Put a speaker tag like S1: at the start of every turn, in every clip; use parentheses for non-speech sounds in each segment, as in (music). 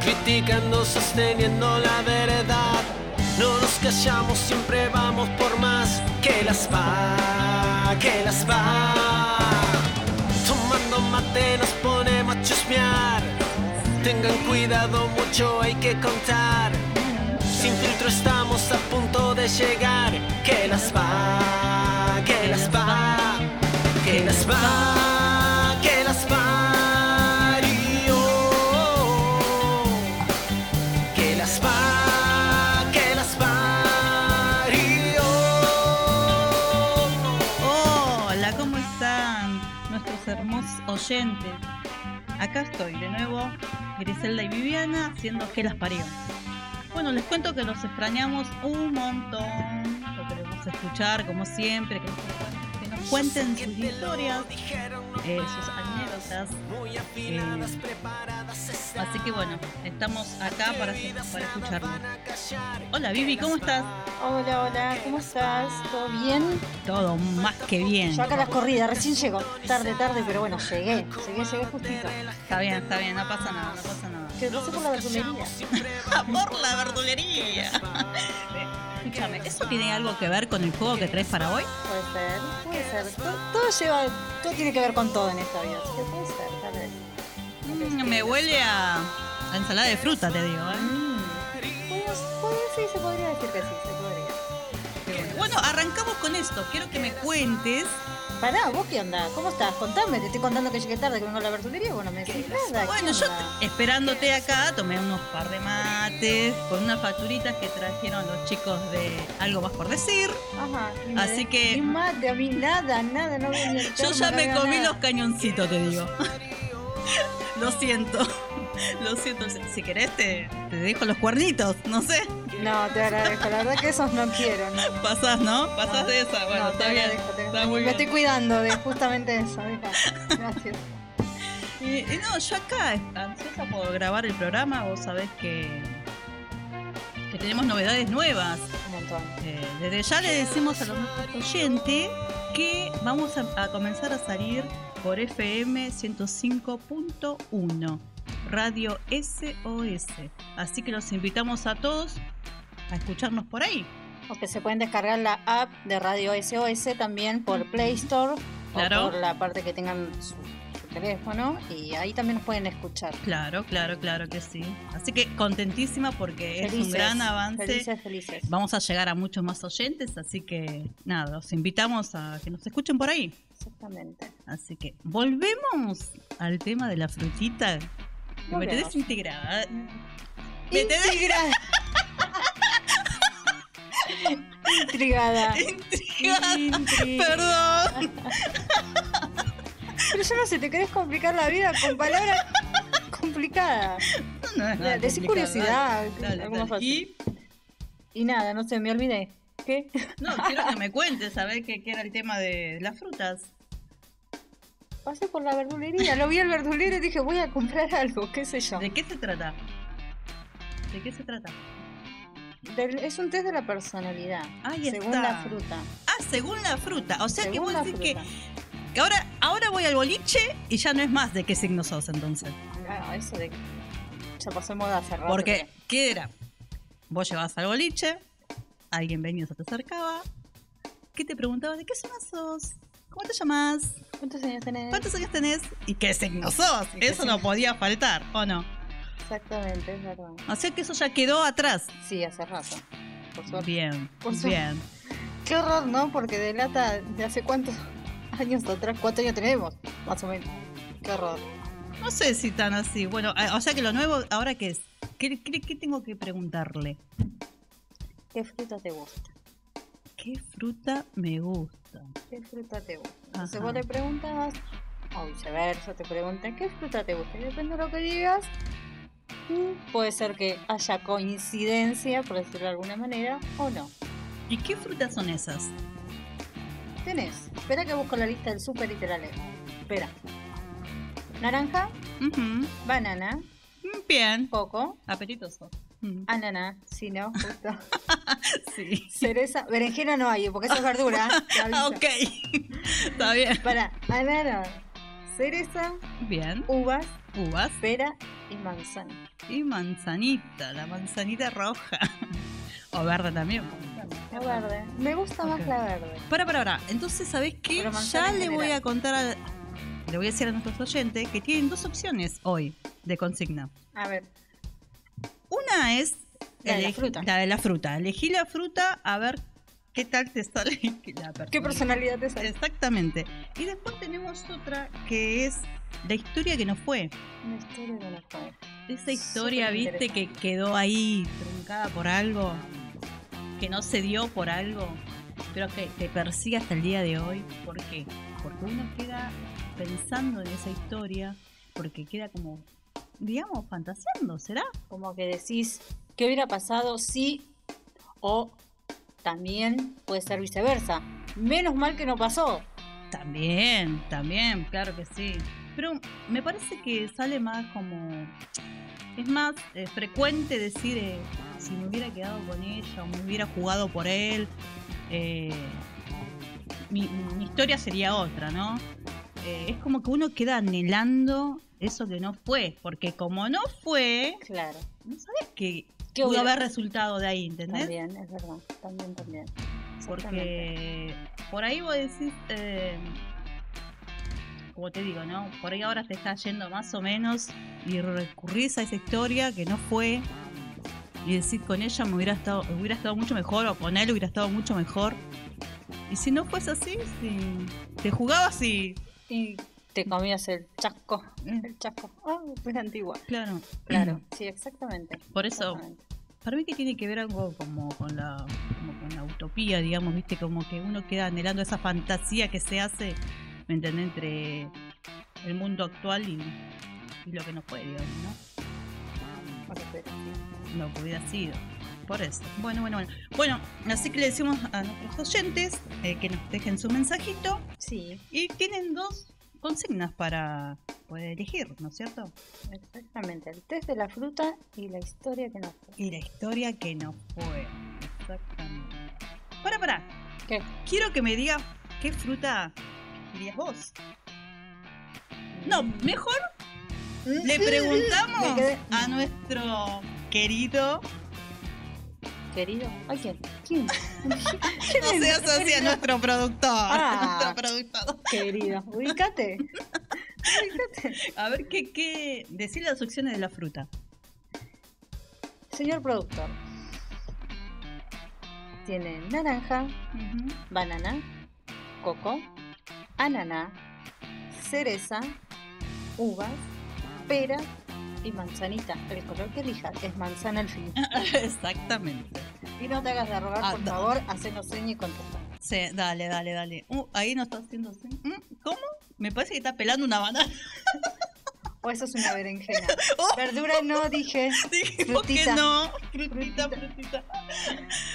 S1: criticando, sosteniendo la verdad. No nos callamos, siempre vamos por más. Que las va, que las va. Tomando mate nos ponemos a chusmear. Tengan cuidado, mucho hay que contar. Sin filtro estamos a punto de llegar. Que las va, que las va, que las va, que las va. y oh, Que las va, que las va. y oh.
S2: Hola, ¿cómo están nuestros hermosos oyentes? Acá estoy de nuevo, Griselda y Viviana, haciendo que las parió. Bueno, les cuento que los extrañamos un montón. Lo queremos escuchar, como siempre, que nos, que nos cuenten sus historias, eh, sus anécdotas. eh, así que bueno, estamos acá para, para escucharnos. Hola Vivi, ¿cómo estás?
S3: Hola, hola, ¿cómo estás? ¿Todo bien?
S2: Todo más que bien.
S3: Yo acá a las corridas, recién llego. Tarde, tarde, pero bueno, llegué. Llegué, llegué justito.
S2: Está bien, está bien, no pasa nada, no pasa nada.
S3: Que pasé por la verdulería.
S2: (laughs) por la verdulería. Escúchame, ¿eso tiene algo que ver con el juego que traes para hoy?
S3: Puede ser, puede ser. To- Todo, lleva, todo tiene que ver con todo en esta vida. Así que puede ser, tal vez.
S2: Mm, me huele a, a ensalada de fruta, te digo. ¿eh?
S3: Pues, pues, Mm. sí, se podría decir que sí, se podría.
S2: Bueno, arrancamos con esto. Quiero que me cuentes.
S3: Pará, ¿vos qué onda? ¿Cómo estás? Contame, te estoy contando que llegué tarde, que vengo a la verdulería. Bueno, me decís nada. ¿qué
S2: Bueno, yo
S3: onda?
S2: esperándote acá, tomé unos par de mates con unas facturitas que trajeron los chicos de Algo Más Por Decir.
S3: Ajá, ni me
S2: así
S3: des-
S2: que-
S3: Ni mate, a mí nada, nada, no venía el
S2: Yo
S3: termo,
S2: ya
S3: no
S2: me
S3: había
S2: comí
S3: nada.
S2: los cañoncitos, te digo. Lo siento. (laughs) Lo siento. Si querés, te, te dejo los cuernitos. No sé.
S3: No, te agradezco. La verdad que esos no quiero, no.
S2: Pasás, ¿no? Pasás de esa. Bueno,
S3: No,
S2: está
S3: te
S2: bien.
S3: agradezco, te-
S2: Está muy
S3: Me estoy
S2: bien.
S3: cuidando de justamente eso.
S2: (laughs)
S3: deja. Gracias.
S2: Eh, eh, no, yo acá, ansiosa por grabar el programa, vos sabés que, que tenemos novedades nuevas.
S3: Un montón.
S2: Eh, desde ya le decimos a los nuestros oyentes que vamos a, a comenzar a salir por FM 105.1, Radio SOS. Así que los invitamos a todos a escucharnos por ahí.
S3: O que se pueden descargar la app de Radio SOS también por Play Store
S2: Claro.
S3: o por la parte que tengan su, su teléfono y ahí también nos pueden escuchar.
S2: Claro, claro, claro que sí. Así que contentísima porque es un
S3: Felices,
S2: gran avance.
S3: Felices, felices.
S2: Vamos a llegar a muchos más oyentes, así que nada, los invitamos a que nos escuchen por ahí.
S3: Exactamente.
S2: Así que volvemos al tema de la frutita. Que Me
S3: Volvemos.
S2: tenés integrada. Me tenés
S3: Intrigada. Intrigada.
S2: intrigada.
S3: Intri-
S2: Perdón.
S3: (laughs) Pero yo no sé, te querés complicar la vida con palabras complicadas.
S2: No es nada
S3: Decí
S2: complicado.
S3: curiosidad,
S2: Dale, dale,
S3: algo más
S2: dale.
S3: fácil.
S2: Y
S3: Y nada, no sé, me olvidé. ¿Qué?
S2: no, quiero que me cuentes a ver qué, qué era el tema de las frutas.
S3: Pasé por la verdulería, lo vi al verdulero y dije, voy a comprar algo, qué sé yo.
S2: ¿De qué se trata? ¿De qué se trata?
S3: Del- es un test de la personalidad,
S2: Ahí
S3: según
S2: está.
S3: la fruta.
S2: Ah, según la fruta. O sea
S3: según
S2: que vos
S3: la
S2: decís que,
S3: fruta.
S2: que ahora, ahora voy al boliche y ya no es más de qué signo sos entonces.
S3: Ah, No, eso de... Ya pasó de moda hace rato.
S2: Porque, ¿qué era? Vos llevabas al boliche, alguien venía, se te acercaba, ¿qué te preguntaba? ¿De qué zona sos? ¿Cómo te llamás?
S3: ¿Cuántos años tenés?
S2: ¿Cuántos años tenés? (laughs) ¿Y qué signo sos?
S3: ¿Y qué
S2: Eso no
S3: signo?
S2: podía faltar, ¿o no?
S3: Exactamente, es verdad.
S2: O sea que eso ya quedó atrás.
S3: Sí, hace rato. Por suerte.
S2: Bien,
S3: Por suerte.
S2: bien.
S3: Qué horror, ¿no? Porque delata de hace cuántos años atrás, cuántos años tenemos, más o menos. Qué horror.
S2: No sé si tan así. Bueno, a- o sea que lo nuevo, ¿ahora qué es? ¿Qué, qué- qué tengo que preguntarle?
S3: ¿Qué fruta te gusta?
S2: ¿Qué fruta me gusta?
S3: ¿Qué fruta te gusta?
S2: Ajá.
S3: Entonces vos le preguntas, o viceversa, te preguntan, ¿qué fruta te gusta? Y depende de lo que digas, mm, puede ser que haya coincidencia, por decirlo de alguna manera, o no.
S2: ¿Y qué frutas son esas?
S3: Tenés. Espera que busco la lista del súper y te la leo. Espera. Naranja,
S2: Ujú.
S3: banana,
S2: Mm, Bien.
S3: coco,
S2: Apetitoso. Mm.
S3: ananá, si Ah, no, justo. (laughs)
S2: (laughs) Sí.
S3: Cereza, berenjena no hay, porque eso es
S2: (laughs)
S3: verdura. te aviso.
S2: Ah, ok. Está bien.
S3: Pará, ananas, cereza,
S2: Bien.
S3: uvas,
S2: Uvas.
S3: pera y manzana.
S2: Y manzanita, la manzanita roja. (laughs) o verde también.
S3: La verde. Me gusta más
S2: Ok.
S3: la verde.
S2: Para, para, para. Entonces, ¿sabés qué?
S3: Pero manzana
S2: Ya
S3: en
S2: le voy
S3: general.
S2: a contar a... Le voy a decir a nuestros oyentes que tienen dos opciones hoy de consigna.
S3: A ver,
S2: Una es...
S3: La de la
S2: elegí-
S3: fruta.
S2: La de la fruta. Elegí la fruta a ver qué tal te sale (laughs) la
S3: ¿qué
S2: persona.
S3: personalidad es esa?
S2: Exactamente. Y después tenemos otra que es la historia que no fue.
S3: Una historia de una joven.
S2: Esa historia, viste, que
S3: Superinteresante.
S2: quedó ahí truncada por algo, que no se dio por algo, pero que te persigue hasta el día de hoy. ¿Por qué? Porque uno queda pensando en esa historia, porque queda como, digamos, fantaseando, ¿será?
S3: Como que decís, ¿qué hubiera pasado si? O también puede ser viceversa. Menos mal que no pasó.
S2: También, también, claro que sí. Pero me parece que sale más como. Es más eh, frecuente decir eh, si me hubiera quedado con ella o me hubiera jugado por él. eh, mi, mi historia sería otra, ¿no? Eh, es como que uno queda anhelando eso que no fue, porque como no fue,
S3: Claro.
S2: no sabes que
S3: ¿Qué
S2: pudo
S3: hubiera
S2: haber resultado de ahí, ¿entendés?
S3: También, es verdad. También, también. Exactamente.
S2: Porque por ahí vos decís, eh, como te digo, ¿no? Por ahí ahora te está yendo más o menos y recurrís a esa historia que no fue y decís con ella me hubiera estado, hubiera estado mucho mejor o con él hubiera estado mucho mejor. Y si no fuese así, si te jugabas y...
S3: Y te comías el chasco.
S2: eh,
S3: El chasco. Ah, muy antigua.
S2: claro, Mm.
S3: Claro. Sí, exactamente.
S2: Por eso
S3: Exactamente.
S2: Para mí que tiene que ver algo como con la, como con la utopía, digamos, viste, como que uno queda anhelando esa fantasía que se hace, ¿me entendés? Entre el mundo actual y, y lo que no fue, digamos, ¿no?
S3: Bueno, pero sí.
S2: Lo que hubiera sido. Por eso. Bueno, bueno, bueno. Bueno, así que le decimos a nuestros oyentes eh, que nos dejen su mensajito
S3: Sí,
S2: y tienen dos consignas para poder elegir, ¿no es cierto?
S3: exactamente. El test de la fruta y la historia que nos fue.
S2: Y la historia que no fue. Exactamente. Para, para.
S3: ¿Qué?
S2: Quiero que me digas qué fruta dirías vos. No, mejor le preguntamos
S3: Mm. Me quedé-
S2: a nuestro querido,
S3: Querido. Ay, ¿quién? ¿Quién?
S2: (laughs) no se asocia a nuestro productor.
S3: Ah.
S2: (laughs) Nuestro productor.
S3: Querido. Ubícate.
S2: (laughs) A ver, ¿qué, qué? Decir las opciones de la fruta.
S3: Señor productor. Tiene naranja, banana, coco, ananá, cereza, uvas, pera y manzanita. El color que elijas es manzana al
S2: (laughs)
S3: fin.
S2: Exactamente.
S3: Y no te hagas de rogar,
S2: Ah,
S3: por
S2: no.
S3: favor, hacenos seña y contestar.
S2: Sí, dale, dale, dale. Uh, ahí no está haciendo... así. Mm, ¿Cómo? Me parece que está pelando una banana.
S3: (laughs) O eso es una berenjena.
S2: (laughs) Oh.
S3: Verdura no,
S2: (laughs)
S3: dije.
S2: Dijimos que
S3: Frutita.
S2: no.
S3: Frutita.
S2: Frutita, frutita.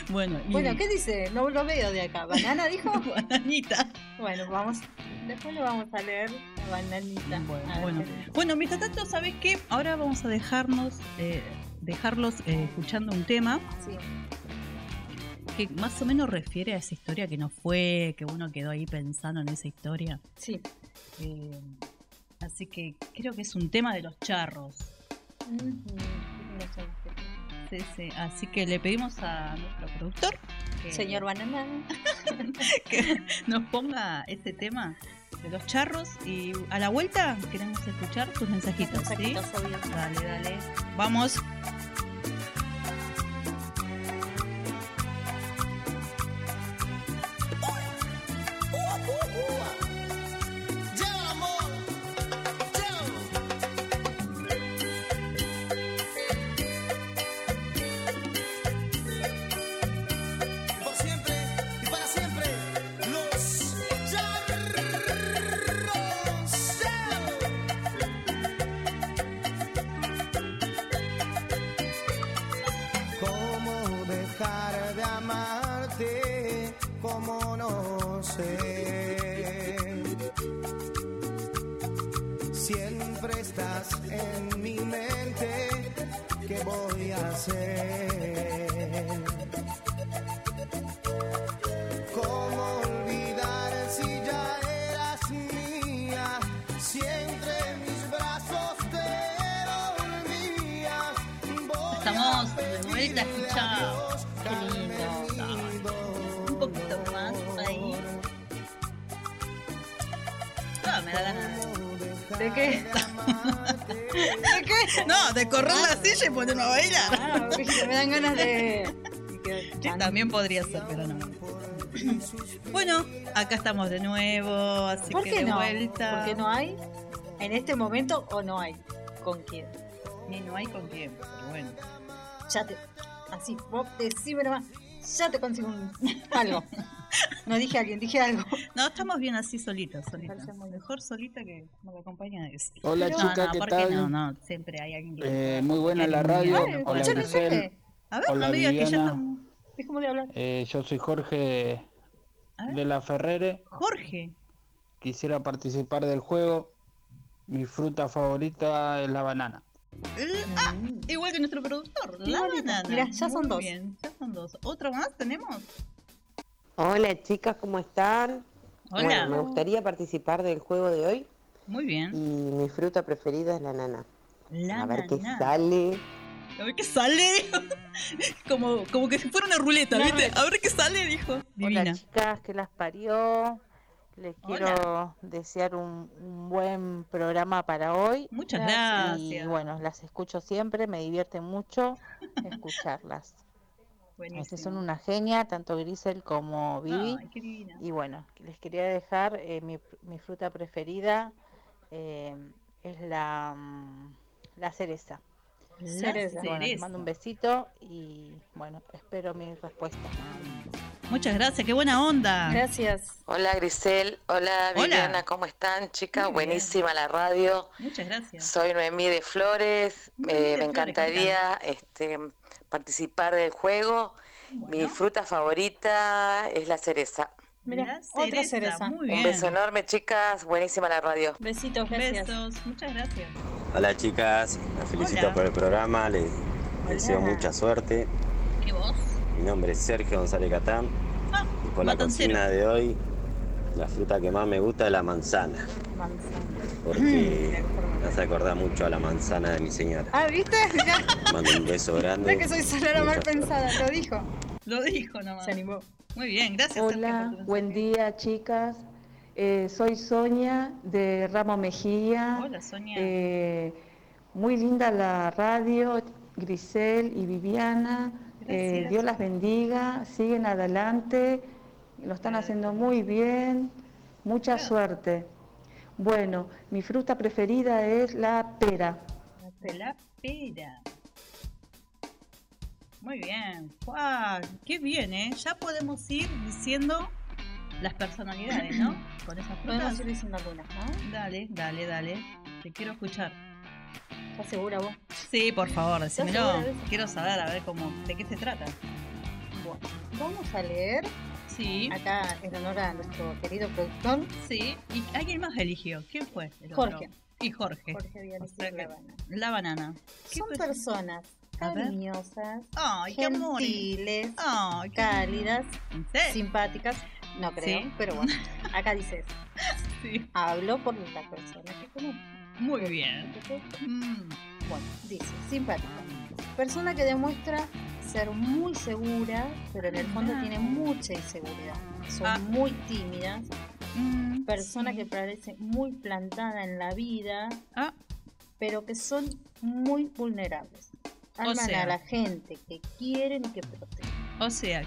S2: Bueno, y
S3: Bueno, ¿qué dice? No lo veo de acá. ¿Banana dijo?
S2: (laughs) bananita.
S3: Bueno, vamos. Después lo vamos a leer. La bananita.
S2: Bueno,
S3: A ver
S2: bueno.
S3: qué dice.
S2: Bueno, mientras tanto, ¿sabes qué? Ahora vamos a dejarnos, eh, dejarlos eh, escuchando un tema
S3: Sí,
S2: que más o menos refiere a esa historia que no fue, que uno quedó ahí pensando en esa historia.
S3: sí.
S2: Eh, así que creo que es un tema de los charros.
S3: Ujú. No sé, no sé.
S2: Sí, sí. Así que le pedimos a nuestro productor que,
S3: Señor Banana.
S2: (laughs) que nos ponga este tema de los charros y a la vuelta queremos escuchar tus mensajitos, ¿sí?
S3: Saquitos, obvio.
S2: Dale, dale. Vamos.
S1: Llega amor, llega. Por siempre y para siempre, los charros.
S4: ¿Cómo dejar de amarte? ¿Cómo no sé? Siempre estás en mi mente, ¿qué voy a hacer? ¿Cómo olvidar si ya eras mía? Si entre mis brazos te olvidé?
S2: estamos de vuelta, escucha
S3: Qué lindo.
S2: un poquito más ahí. No, Ah, me da ganas. de-
S3: ¿De
S2: (laughs)
S3: qué? ¿De qué?
S2: No, de correr la silla y ponernos a bailar.
S3: Ah, porque me dan ganas de.
S2: También podría ser, pero no. Bueno, acá estamos de nuevo, así
S3: ¿Por
S2: que
S3: qué
S2: de
S3: no?
S2: vuelta.
S3: ¿Por qué no hay? ¿En este momento o no hay? ¿Con quién?
S2: Ni no hay con quién, pero bueno.
S3: Ya te. Así, vos decime nomás. Ya te consigo un... algo. No dije alguien, dije algo.
S2: No, estamos bien así solitas, solitas.
S3: Parece muy bien.
S2: Mejor solita que nos acompaña es.
S5: Hola
S2: No,
S5: chica,
S2: no,
S5: ¿qué
S2: ¿por qué
S5: tal?
S2: no? No, siempre hay alguien que...
S5: Eh, muy buena la radio.
S3: Ay,
S5: Hola
S3: escuchá el
S5: Grisel.
S3: mensaje.
S2: A ver,
S5: hola,
S2: no me digas que ya
S5: Viviana.
S2: estamos...
S3: Dejemos de hablar.
S5: Eh, yo soy Jorge
S2: A ver.
S5: de la Ferrere.
S2: Jorge.
S5: Quisiera participar del juego. Mi fruta favorita es la banana.
S2: El- Ah, igual que nuestro productor, la
S3: Igualito.
S2: banana.
S3: Mirá, ya son
S2: Muy
S3: dos.
S2: bien, ya son dos. ¿Otro más tenemos?
S6: Hola chicas, ¿cómo están?
S2: Hola.
S6: Bueno, me gustaría participar del juego de hoy
S2: Muy
S6: y
S2: bien.
S6: mi fruta preferida es la nana.
S2: La
S6: a ver qué
S2: banana.
S6: sale.
S2: A ver qué sale. (laughs) como, como que si fuera una ruleta,
S3: Una
S2: ¿viste? A ver qué sale, dijo. Divina.
S7: Hola chicas, que las parió. Les
S2: Hola.
S7: quiero desear un, un buen programa para hoy.
S2: Muchas gracias.
S7: Y bueno, las escucho siempre, me divierte
S2: (laughs)
S7: mucho escucharlas.
S2: Buenísimo.
S7: Ustedes son una genia, tanto Grisel como Vivi.
S2: Ay, qué divina.
S7: Y bueno, les quería dejar eh, mi, mi fruta preferida, eh, es la, mm, la cereza.
S2: La
S3: Cereza.
S7: Bueno, les
S2: cereza.
S7: mando un besito y bueno, espero mi respuesta.
S2: Muchas gracias, qué buena onda.
S3: Gracias.
S8: Hola Grisel, hola
S2: Hola.
S8: Viviana, ¿cómo están chicas?
S2: Muy bien.
S8: Buenísima la radio.
S2: Muchas gracias.
S8: Soy Noemí de Flores.
S2: Noemí
S8: Eh,
S2: de
S8: me
S2: Flores,
S8: encantaría este, participar del juego. Mi
S2: Bueno.
S8: fruta favorita es la cereza.
S3: Mira,
S2: La
S3: otra cereza.
S2: Muy
S8: Un
S2: bien.
S8: beso enorme, chicas. Buenísima la radio.
S3: Besitos, gracias.
S2: Besos, muchas gracias.
S9: Hola chicas, las felicito
S2: Hola.
S9: por el programa, les deseo mucha suerte.
S2: ¿Y vos?
S9: Mi nombre es Sergio González Catán
S2: Ah,
S9: y por la
S2: matancero.
S9: cocina de hoy, la fruta que más me gusta es la manzana,
S3: Manzana.
S9: porque
S3: Mm.
S9: me hace acordar mucho a la manzana de mi señora.
S3: Ah, ¿viste? (laughs) Mirá,
S9: Mando un beso grande.
S3: mirá que soy solera mal pensada, lo dijo.
S2: Lo dijo nomás.
S3: Se animó.
S2: Muy bien, gracias. Sergio,
S10: Hola,
S2: por tu
S10: buen
S2: mensaje.
S10: día chicas. Eh, soy Sonia de Ramo Mejía.
S2: Hola, Sonia.
S10: Eh, muy linda la radio, Grisel y Viviana. Eh,
S2: Gracias.
S10: Dios las bendiga, siguen adelante, lo están
S2: Gracias.
S10: haciendo muy bien, mucha suerte. Bueno, mi fruta preferida es la pera.
S2: La pera. Muy bien. ¡Guau! ¡Qué bien, eh! Ya podemos ir diciendo las personalidades,
S3: (clears throat)
S2: ¿no? Con esas
S3: Podemos
S2: frutas.
S3: ir diciendo algunas, ¿no?
S2: Dale, dale, dale. Te quiero escuchar.
S3: ¿Estás segura vos?
S2: Sí, por favor, decímelo.
S3: segura de eso?
S2: Quiero saber, a ver cómo, de qué se trata.
S3: Bueno, vamos a leer
S2: Sí,
S3: acá en honor a nuestro querido productor,
S2: sí. ¿Y alguien más eligió? ¿Quién fue? El otro?
S3: Jorge.
S2: Y Jorge.
S3: Jorge Villanueva
S2: sea que-
S3: La Habana.
S2: La banana. ¿Qué
S3: Son
S2: fue?
S3: personas
S2: A ver.
S3: cariñosas,
S2: ¡Ay, qué amor!
S3: gentiles,
S2: ¡Ay, qué
S3: cálidas,
S2: ¿En serio?
S3: simpáticas. No creo,
S2: Sí.
S3: pero
S2: (laughs)
S3: bueno. Acá dices,
S2: Sí.
S3: hablo por la persona que conozco.
S2: Muy bien. Mm,
S3: Bueno, dice, simpática. Persona que demuestra ser muy segura, pero en el fondo
S2: Ah.
S3: tiene mucha inseguridad. Son
S2: Ah.
S3: muy tímidas.
S2: mm,
S3: Persona
S2: sí.
S3: que parece muy plantada en la vida,
S2: Ah,
S3: pero que son muy vulnerables. Aman
S2: sea.
S3: a la gente que quieren y que protegen.
S2: o sea,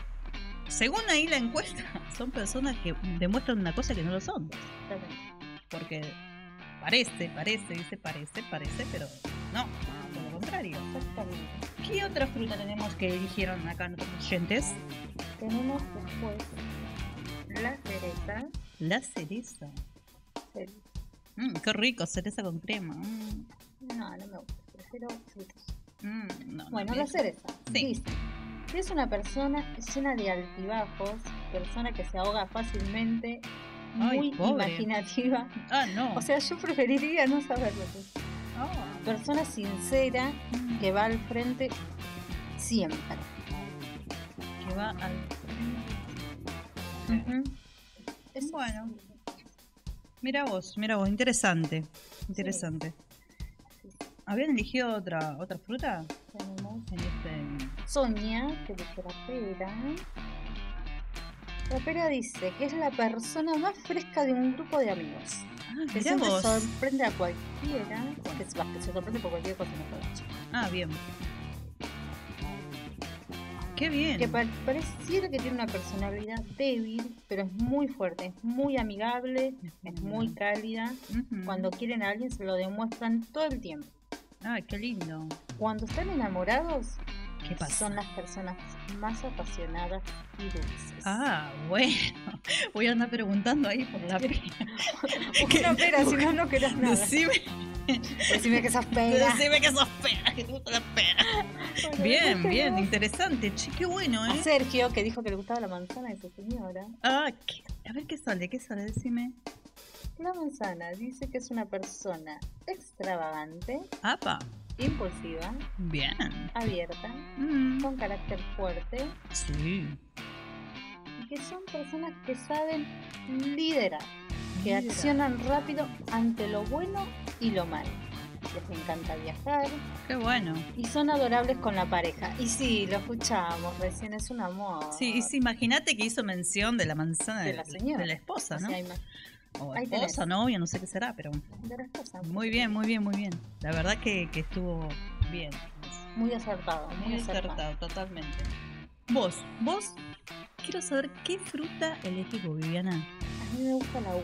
S2: según ahí la encuesta, (laughs) son personas que demuestran una cosa que no lo son. Porque parece, parece, dice parece, parece, pero no, por lo contrario.
S3: Exactamente.
S2: ¿Qué otra fruta tenemos que eligieron acá nuestros oyentes?
S3: Tenemos después la cereza.
S2: La cereza.
S3: cere-
S2: Mm, qué rico, cereza con crema. Mm,
S3: No, no me gusta, prefiero frutas.
S2: mm, no, no,
S3: Bueno,
S2: me-
S3: la cereza.
S2: Sí.
S3: Dice, que es una persona llena de altibajos, persona que se ahoga fácilmente,
S2: Ay,
S3: muy
S2: pobre.
S3: imaginativa.
S2: Ah, no.
S3: O sea, yo preferiría no saberlo. pues.
S2: Ah,
S3: Persona sincera
S2: mm,
S3: que va al frente siempre.
S2: que va al...
S3: Ujú. Es-
S2: Bueno. Mira vos, mira vos, interesante. Interesante. ¿Habían elegido otra, otra fruta? En este-
S3: Sonia, que dice la pera. La pera dice que es la persona más fresca de un grupo de amigos. que
S2: Ah, mirá
S3: siempre
S2: vos.
S3: sorprende a cualquiera. Que se, bah, que se sorprende por cualquier cosa mejor dicho.
S2: Ah, bien. Qué bien.
S3: Que pa- pareciera que tiene una personalidad débil, pero es muy fuerte, es muy amigable, es muy cálida. Cuando quieren a alguien se lo demuestran todo el tiempo.
S2: Ah, qué lindo.
S3: Cuando están enamorados,
S2: ¿Qué pasa?
S3: son las personas más apasionadas y dulces.
S2: Ah, (laughs) bueno. Voy a andar preguntando ahí por
S3: (laughs)
S2: la pera.
S3: (laughs) Una pera, si no, no querés nada.
S2: Decime,
S3: Decime que sos pera.
S2: Decime que sos (laughs) pera, que te gusta la pera. Bien,
S3: ¿viste
S2: bien,
S3: vos?
S2: interesante. Che, qué bueno,
S3: A
S2: ¿eh?
S3: Sergio, que dijo que le gustaba la manzana de tu señora.
S2: Ah, qué- a ver qué sale, qué sale, decime.
S3: La manzana dice que es una persona extravagante,
S2: Apa,
S3: impulsiva,
S2: bien.
S3: abierta,
S2: Mm.
S3: con carácter fuerte
S2: Sí.
S3: y que son personas que saben liderar, que
S2: Mira.
S3: accionan rápido ante lo bueno y lo malo. Les encanta viajar
S2: Qué bueno.
S3: y son adorables con la pareja. Y sí, lo escuchamos recién, es un amor.
S2: Sí, y sí, imagínate que hizo mención de la manzana
S3: De
S2: de,
S3: la
S2: de
S3: señora.
S2: la esposa,
S3: O
S2: ¿no?
S3: sea, ima-
S2: o
S3: ahí
S2: esposa,
S3: tenés.
S2: novia, no sé qué será, pero
S3: de las cosas.
S2: muy bien, muy bien, muy bien. La verdad que, que estuvo bien.
S3: Muy acertado, muy,
S2: Muy acertado, totalmente. Vos, vos, quiero saber qué fruta elegís vos, Viviana. ¿Ah?
S3: A mí me gusta la uva.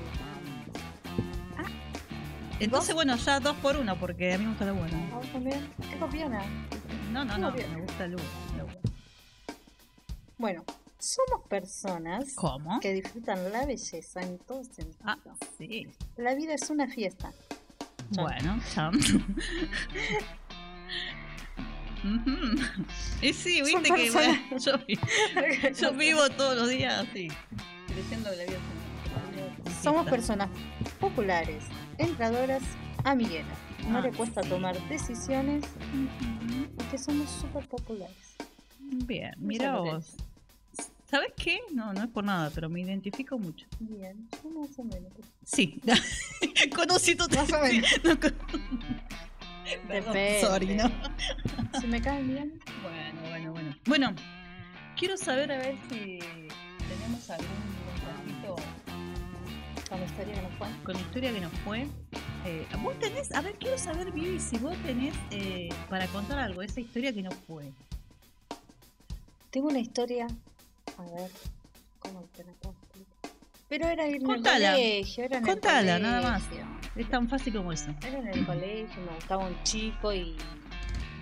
S2: Entonces, bueno, ya dos por uno, porque a mí me gusta la buena.
S3: ¿A vos también? ¿Qué copiona?
S2: No, no,
S3: Muy
S2: no,
S3: bien.
S2: me gusta la uva, la uva.
S3: Bueno, somos personas
S2: ¿Cómo?
S3: que disfrutan la belleza en todo sentido.
S2: Ah, sí.
S3: La vida es una fiesta. Chao.
S2: Bueno, chao. Ujú. y sí,
S3: Son
S2: viste que
S3: personas-
S2: bueno, yo, vi-
S3: (laughs)
S2: yo vivo todos los días así, creyendo que la vida es una- la vida es una
S3: Somos
S2: fiesta.
S3: personas populares, entradoras, amigueras. No
S2: Ah,
S3: le cuesta
S2: sí.
S3: tomar decisiones porque somos súper populares.
S2: Bien,
S3: No
S2: mira
S3: sabes.
S2: vos. ¿Sabes qué? No, no es por nada, pero me identifico mucho.
S3: Bien, yo más o menos.
S2: Sí, (laughs) conocí tu
S3: Más o menos.
S2: (laughs) No, con- Perdón,
S3: Depende.
S2: sorry, ¿no?
S3: Si me caen bien,
S2: Bueno, bueno, bueno. Bueno, quiero saber a ver si tenemos algún mensajito
S3: cuando estaría que no fue.
S2: con historia que nos fue. Eh, vos tenés, a ver, quiero saber, Vivi, si vos tenés eh, para contar algo, esa historia que nos fue.
S3: Tengo una historia. A ver, ¿cómo te la puedo explicar? Pero era en
S2: Contala.
S3: el colegio, era en el
S2: Contala, nada más.
S3: colegio.
S2: Es tan fácil como eso.
S3: Era en el colegio, me gustaba un chico y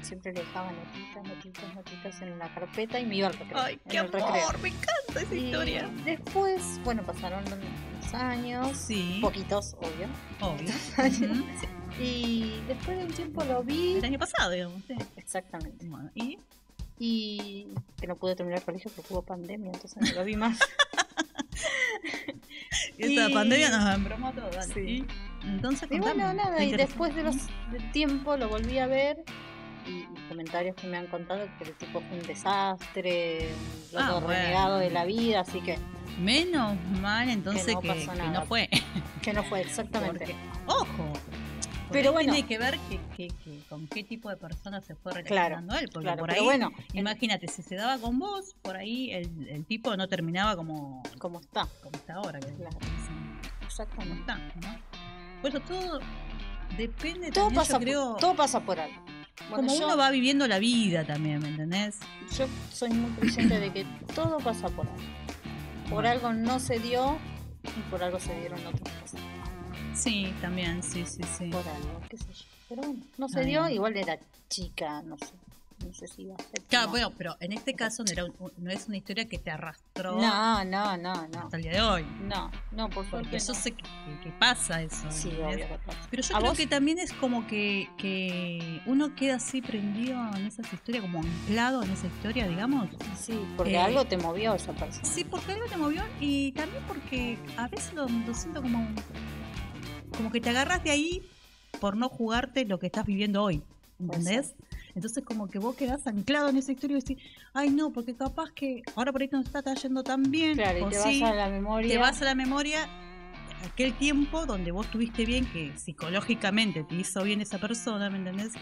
S3: siempre le dejaba notitas, notitas, notitas en la carpeta y me iba al recreo.
S2: Ay,
S3: en
S2: qué
S3: el recreo.
S2: amor, me encanta esa
S3: Y
S2: historia.
S3: después, bueno, pasaron unos años,
S2: Sí,
S3: poquitos, obvio. (laughs)
S2: obvio.
S3: años.
S2: Ujú, sí,
S3: Y después de un tiempo lo vi.
S2: El año pasado, digamos. sí.
S3: Exactamente.
S2: Bueno, y
S3: Y que no pude terminar el colegio porque hubo pandemia, entonces no lo vi
S2: (laughs)
S3: más.
S2: esta
S3: Y-
S2: pandemia nos embromó a todos. dale.
S3: Sí.
S2: Y entonces,
S3: Y
S2: contame,
S3: bueno, nada,
S2: ¿te
S3: y
S2: interesa?
S3: después de los, del tiempo lo volví a ver y, y comentarios que me han contado que el tipo fue un desastre, un
S2: Ah,
S3: loco
S2: bueno.
S3: renegado de la vida, así que,
S2: Menos mal entonces
S3: no
S2: que,
S3: pasó
S2: que no
S3: nada.
S2: fue.
S3: que no
S2: (laughs)
S3: fue exactamente.
S2: Porque, ojo.
S3: Pero
S2: Pero bueno.
S3: bueno.
S2: Tiene que ver que, que- que con qué tipo de persona se fue
S3: Claro,
S2: relacionando él. Porque
S3: claro,
S2: por
S3: pero
S2: ahí,
S3: bueno,
S2: imagínate, si se daba con vos, por ahí el, el tipo no terminaba como,
S3: como está,
S2: como está ahora. Que
S3: Claro.
S2: dicen, como
S3: exactamente.
S2: está, ¿no? Por eso todo depende
S3: Todo
S2: también,
S3: pasa,
S2: yo
S3: por-
S2: creo,
S3: todo pasa por algo. Bueno,
S2: como
S3: yo,
S2: uno va viviendo la vida también, ¿me entendés?
S3: yo soy muy creyente de que todo pasa por algo. Por algo no se dio y por algo se dieron otras cosas.
S2: Sí, también, sí, sí, sí.
S3: Por algo, qué sé yo. Pero bueno, no se
S2: Ay,
S3: dio,
S2: no.
S3: igual era chica, no sé. No sé si iba a ser.
S2: Claro,
S3: no.
S2: bueno, pero en este caso no, era un- no es una historia que te arrastró
S3: No, no, no, no.
S2: hasta el día de hoy.
S3: No, no, por suerte.
S2: Porque yo
S3: no.
S2: sé que, que- que pasa eso.
S3: Sí,
S2: ¿entendés?
S3: obvio. que pasa.
S2: Pero yo
S3: ¿A
S2: creo
S3: vos?
S2: que también es como que, que uno queda así prendido en esas historias, como anclado en esa historia, digamos.
S3: Sí, porque
S2: Eh,
S3: algo te movió esa persona.
S2: Sí, porque algo te movió y también porque a veces lo, lo siento como, como que te agarras de ahí por no jugarte lo que estás viviendo hoy. ¿Entendés? Entonces como que vos quedás anclado en esa historia y decís, ay no, porque capaz que ahora por ahí no está yendo tan bien.
S3: Claro,
S2: o
S3: y te
S2: sí,
S3: vas a la memoria.
S2: te vas a la memoria aquel tiempo donde vos estuviste bien, que psicológicamente te hizo bien esa persona, ¿me entendés?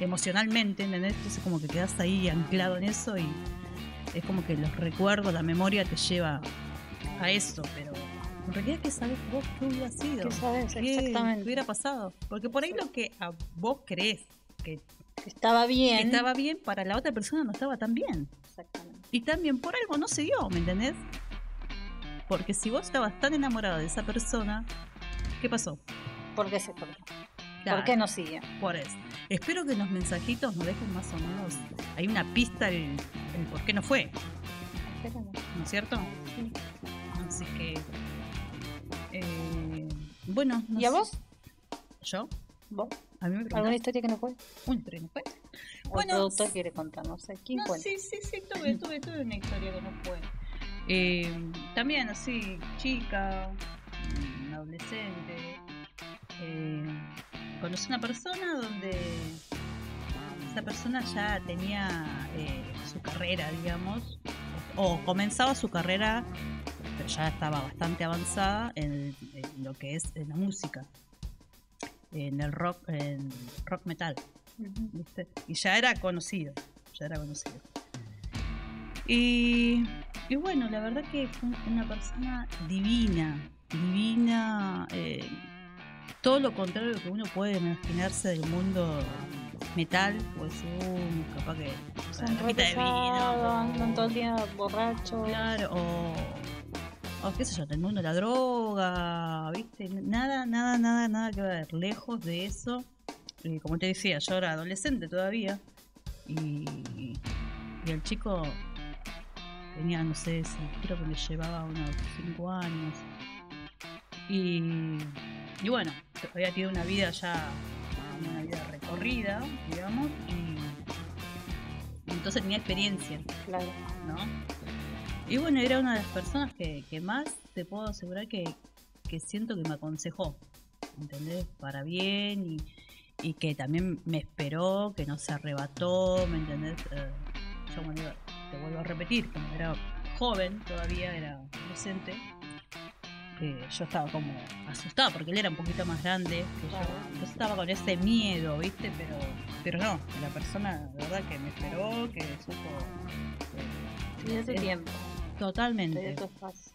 S2: Emocionalmente, ¿entendés? Entonces como que quedás ahí anclado en eso y es como que los recuerdos, la memoria te lleva a eso, pero en realidad que sabes vos qué hubiera sido,
S3: ¿Qué sabés
S2: qué
S3: exactamente?
S2: hubiera pasado, porque por ahí lo que a vos crees que
S3: estaba bien.
S2: estaba bien para la otra persona no estaba tan bien.
S3: Exactamente.
S2: Y también por algo no se dio, ¿me entendés? Porque si vos estabas tan enamorado de esa persona, ¿qué pasó?
S3: ¿Por qué se cortó?
S2: Claro.
S3: ¿Por qué no sigue?
S2: Por eso. Espero que en los mensajitos nos dejen más o menos. Hay una pista el, el por qué no fue, ¿no es cierto? Así que. eh, bueno. no
S3: ¿Y a
S2: sé.
S3: vos?
S2: ¿Yo?
S3: ¿Vos?
S2: A mí me
S3: ¿Alguna
S2: preguntaste.
S3: historia que no fue? Ah,
S2: Uy, historia no fue.
S3: El
S2: Bueno,
S3: productor quiere contarnos. ¿Quién
S2: No,
S3: cuenta?
S2: sí, sí, sí, tuve, tuve, tuve una historia que no fue. Eh, también así, chica, mm, adolescente. eh, conocí una persona donde esa persona ya tenía eh, su carrera, digamos, o comenzaba su carrera, pero ya estaba bastante avanzada en, en lo que es en la música, en el rock, en rock metal. ¿viste? Y ya era conocido, ya era conocido. Y, y bueno, la verdad que fue una persona divina, divina, eh, todo lo contrario que uno puede imaginarse del mundo metal, pues uh, capaz que
S3: Son
S2: garrafita
S3: re
S2: de
S3: pesados,
S2: vino,
S3: andan todo el día borrachos.
S2: Claro, o, o qué sé yo, del mundo de la droga, ¿viste? Nada, nada, nada, nada que ver, lejos de eso. Y como te decía, yo era adolescente todavía. Y, y el chico tenía, no sé, si, creo que me llevaba unos 5 años. Y, y bueno, había tenido una vida ya, una vida recorrida, digamos, y entonces tenía experiencia.
S3: Claro.
S2: ¿no? Y bueno, era una de las personas que, que más te puedo asegurar que, que siento que me aconsejó, ¿entendés? Para bien y, y que también me esperó, que no se arrebató, ¿me entendés? Eh, yo como digo, te vuelvo a repetir, como era joven todavía, era adolescente, que yo estaba como asustada porque él era un poquito más grande que yo. Entonces estaba con ese miedo, ¿viste? Pero, pero no, la persona, la verdad, que me esperó, que supo
S3: Te dio tu
S2: eh,
S3: tiempo. Te
S2: Totalmente,
S3: dio tu espacio.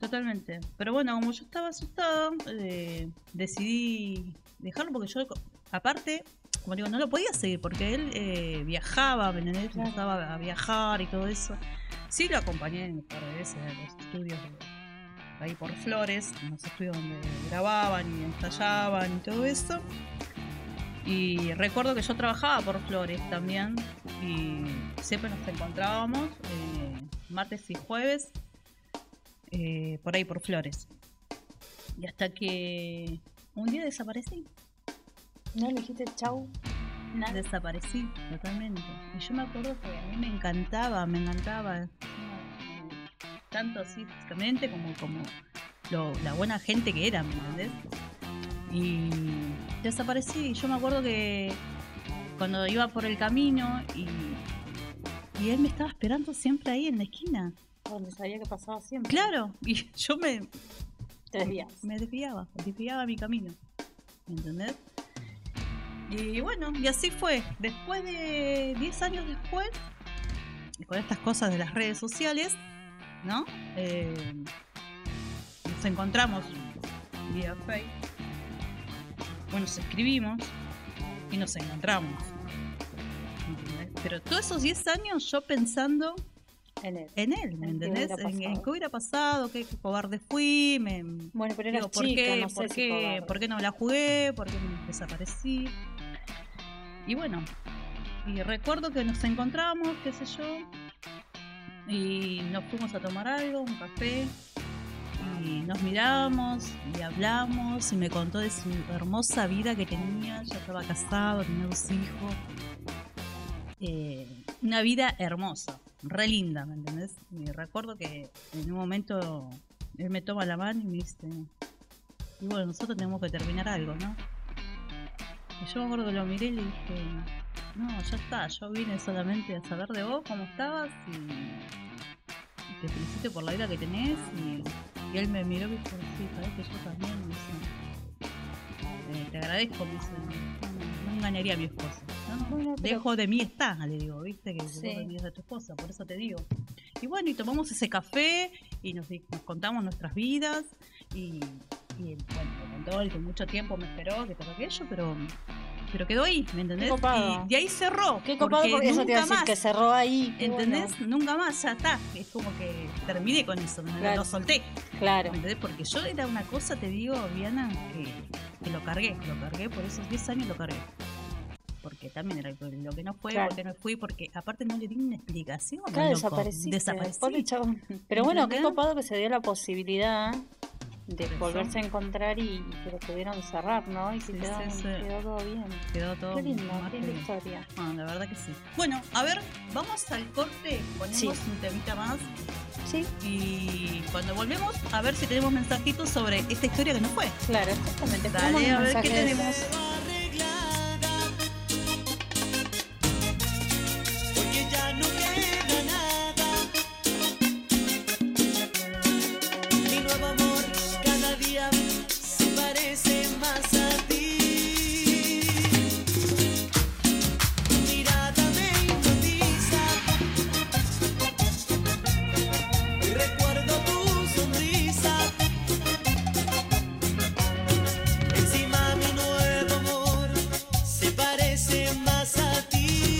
S2: totalmente. Pero bueno, como yo estaba asustado, eh, decidí dejarlo porque yo, co- aparte, como digo, no lo podía seguir porque él eh, viajaba, ¿me entendés?
S3: Claro.
S2: Empezaba a viajar y todo eso. Sí, lo acompañé un par de veces a los estudios de- ahí por Flores, en los estudios donde grababan y ensayaban y todo eso. Y recuerdo que yo trabajaba por Flores también y siempre nos encontrábamos eh, martes y jueves eh, por ahí por Flores. Y hasta que un día desaparecí.
S3: No le dijiste chau. Nada.
S2: Desaparecí totalmente. Y yo me acuerdo que a mí me encantaba, me encantaba. Tanto físicamente como, como lo- la buena gente que era, ¿me entendés? Y desaparecí. Y yo me acuerdo que cuando iba por el camino y, y él me estaba esperando siempre ahí en la esquina.
S3: Donde sabía que pasaba siempre.
S2: Claro, y (laughs) yo me,
S3: Te desvías.
S2: me desviaba, desviaba mi camino. ¿Entendés? Y bueno, y así fue. Después de 10 años después, y con estas cosas de las redes sociales, ¿no? Eh, nos encontramos vía Facebook. Bueno, nos escribimos y nos encontramos. ¿entendés? Pero todos esos 10 años yo pensando
S3: En él.
S2: en él, ¿me
S3: En qué
S2: entendés?
S3: hubiera
S2: En, en
S3: pasado.
S2: qué hubiera pasado, qué, qué cobarde fui, me...
S3: Bueno, pero eras
S2: digo, ¿por,
S3: chica,
S2: qué,
S3: no sé
S2: por,
S3: si
S2: qué,
S3: cobarde.
S2: por qué no la jugué? ¿Por qué me desaparecí? Y bueno, y recuerdo que nos encontramos, qué sé yo, y nos fuimos a tomar algo, un café, y nos miramos y hablamos, y me contó de su hermosa vida que tenía, ya estaba casado, tenía dos hijos. Eh, una vida hermosa, re linda, ¿me entendés? Y recuerdo que en un momento él eh, me toma la mano y me dice, y bueno, nosotros tenemos que terminar algo, ¿no? Y yo me acuerdo que lo miré y le dije, no, ya está, yo vine solamente a saber de vos cómo estabas y, te felicito por la vida que tenés. Y, y él me miró y dijo, sí, sabés que yo también, me dice, "Eh, te agradezco, me dice, no engañaría a mi esposa. ¿no?
S3: Bueno, pero-
S2: Dejo de mí está, le digo, viste que
S3: Sí.
S2: dejo de mí es de tu esposa, por eso te digo. Y bueno, y tomamos ese café y nos, di- nos contamos nuestras vidas y, y él, bueno, me contó el que mucho tiempo me esperó, que todo aquello, pero, pero quedó ahí, ¿me entendés?
S3: Qué copado.
S2: Y de ahí cerró.
S3: Qué copado, porque eso te iba a decir, que cerró ahí, qué
S2: ¿Entendés? Nunca más, ya está. Es como que terminé con eso, ¿me entendés?
S3: Claro.
S2: lo solté.
S3: Claro.
S2: ¿me entendés? Porque yo era una cosa, te digo, Viana, que, que lo cargué, lo cargué por esos 10 años, lo cargué. Porque también era lo que no fue,
S3: Claro.
S2: porque no fui, porque aparte no le di una explicación.
S3: Claro,
S2: loco.
S3: desapareciste,
S2: Desaparecí.
S3: pobre chabón. Pero bueno, qué
S2: ¿Entendés?
S3: copado que se dio la posibilidad de
S2: Por eso.
S3: volverse a encontrar y, y que lo pudieron cerrar, ¿no? Y que
S2: Sí,
S3: quedó,
S2: sí, sí.
S3: quedó todo bien.
S2: Quedó todo
S3: Qué lindo,
S2: más
S3: qué
S2: que
S3: linda
S2: bien.
S3: historia.
S2: Ah, la verdad que sí. Bueno, a ver, vamos al corte, ponemos
S3: Sí.
S2: un temita más.
S3: Sí.
S2: Y cuando volvemos, a ver si tenemos mensajitos sobre esta historia que no fue.
S3: Claro, exactamente.
S2: Dale,
S3: Tenemos
S2: a ver qué
S3: mensajes.
S2: tenemos.
S1: porque ya no queda nada. Mi nuevo amor cada día se parece más a ti. Tu mirada me hipnotiza. Y recuerdo tu sonrisa. Encima mi nuevo amor se parece más a ti.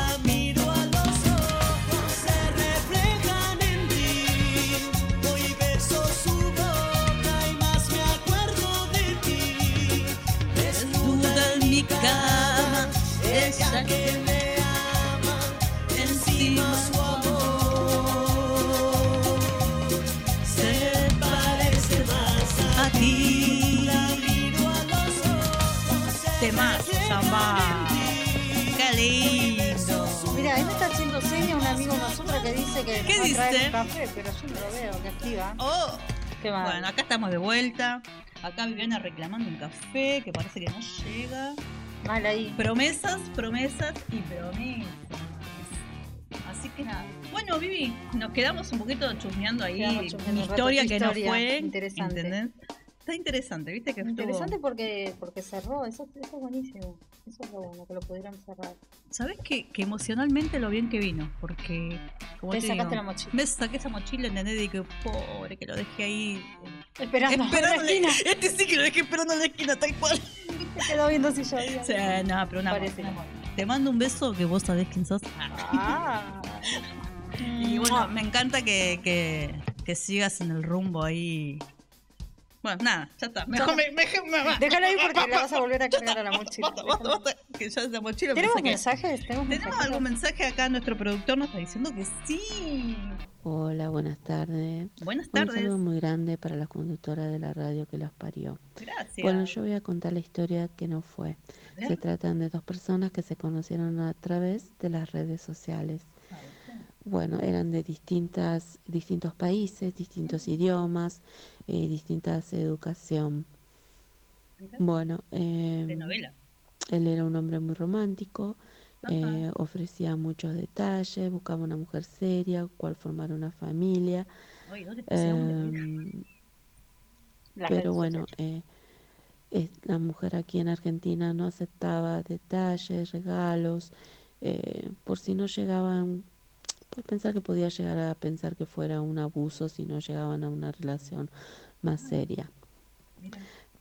S1: La miro a los ojos, se reflejan en ti. Hoy beso su boca y más me acuerdo de ti. Desnuda en mi cama, ella que me ama, encima su amor se parece más a ti. La miro a los
S2: Temazo, chamba. Qué lindo.
S3: Mira, ahí me está haciendo señas un amigo de nosotros que dice que
S2: ¿Qué
S3: nos va a traer
S2: dice?
S3: un café, pero yo no lo veo, que activa.
S2: Oh.
S3: Qué mal.
S2: Bueno, acá estamos de vuelta. Acá Viviana reclamando un café que parece que no llega.
S3: Mal ahí.
S2: Promesas, promesas y promesas. Así que nada. Bueno, Vivi, nos quedamos un poquito chusmeando ahí.
S3: Quedamos chusmeando un
S2: mi
S3: rato.
S2: historia que no
S3: Historia,
S2: fue.
S3: interesante.
S2: ¿entendés? Está interesante, viste que estuvo-
S3: Interesante porque, porque cerró, eso, eso es buenísimo. Eso es lo bueno, que lo pudieron cerrar.
S2: ¿Sabes qué? Que emocionalmente lo bien que vino, porque como
S3: Te
S2: te,
S3: sacaste la
S2: digo,
S3: mochila.
S2: me saqué esa mochila, ¿entendés? Y dije, pobre, que lo dejé ahí. eh,
S3: Esperando en la esquina.
S2: Este sí que lo dejé esperando en la esquina, tal cual.
S3: (laughs) Se quedó viendo si llovía.
S2: Sí, no, pero una
S3: Parece
S2: buena.
S3: un amor.
S2: Te mando un beso que vos sabés quién sos.
S3: Ah.
S2: Ah.
S3: Mm,
S2: Y bueno, me encanta que, que, que sigas en el rumbo ahí. Bueno, nada, ya está. Mejor me, me, me-
S3: Déjala ahí porque la vas a volver a cargar a la mochila.
S2: (laughs) basta, basta, basta, que ya esa mochila me
S3: ¿Tenemos
S2: saqué.
S3: mensajes? ¿Tenemos
S2: ¿Tenemos
S3: mensajes?
S2: algún mensaje acá? Nuestro productor nos está diciendo que sí.
S11: Hola, buenas tardes.
S2: Buenas
S11: Un
S2: tardes.
S11: saludo muy grande para la conductora de la radio que los parió.
S2: Gracias.
S11: Bueno, yo voy a contar la historia que no fue.
S2: Bien.
S11: Se tratan de dos personas que se conocieron a través de las redes sociales. Bueno, eran de distintas, distintos países, distintos idiomas, eh, distintas educación. Bueno, eh,
S2: De novela.
S11: él era un hombre muy romántico,
S2: Ajá.
S11: eh, ofrecía muchos detalles, buscaba una mujer seria, cual formar una familia.
S2: Ay, ¿dónde está
S12: Eh,
S2: ese hombre?
S11: Em,
S2: Las
S11: pero
S2: redes
S11: bueno, eh, es- la mujer aquí en Argentina no aceptaba detalles, regalos, eh, por si no llegaban, por pensar que podía llegar a pensar que fuera un abuso si no llegaban a una relación más seria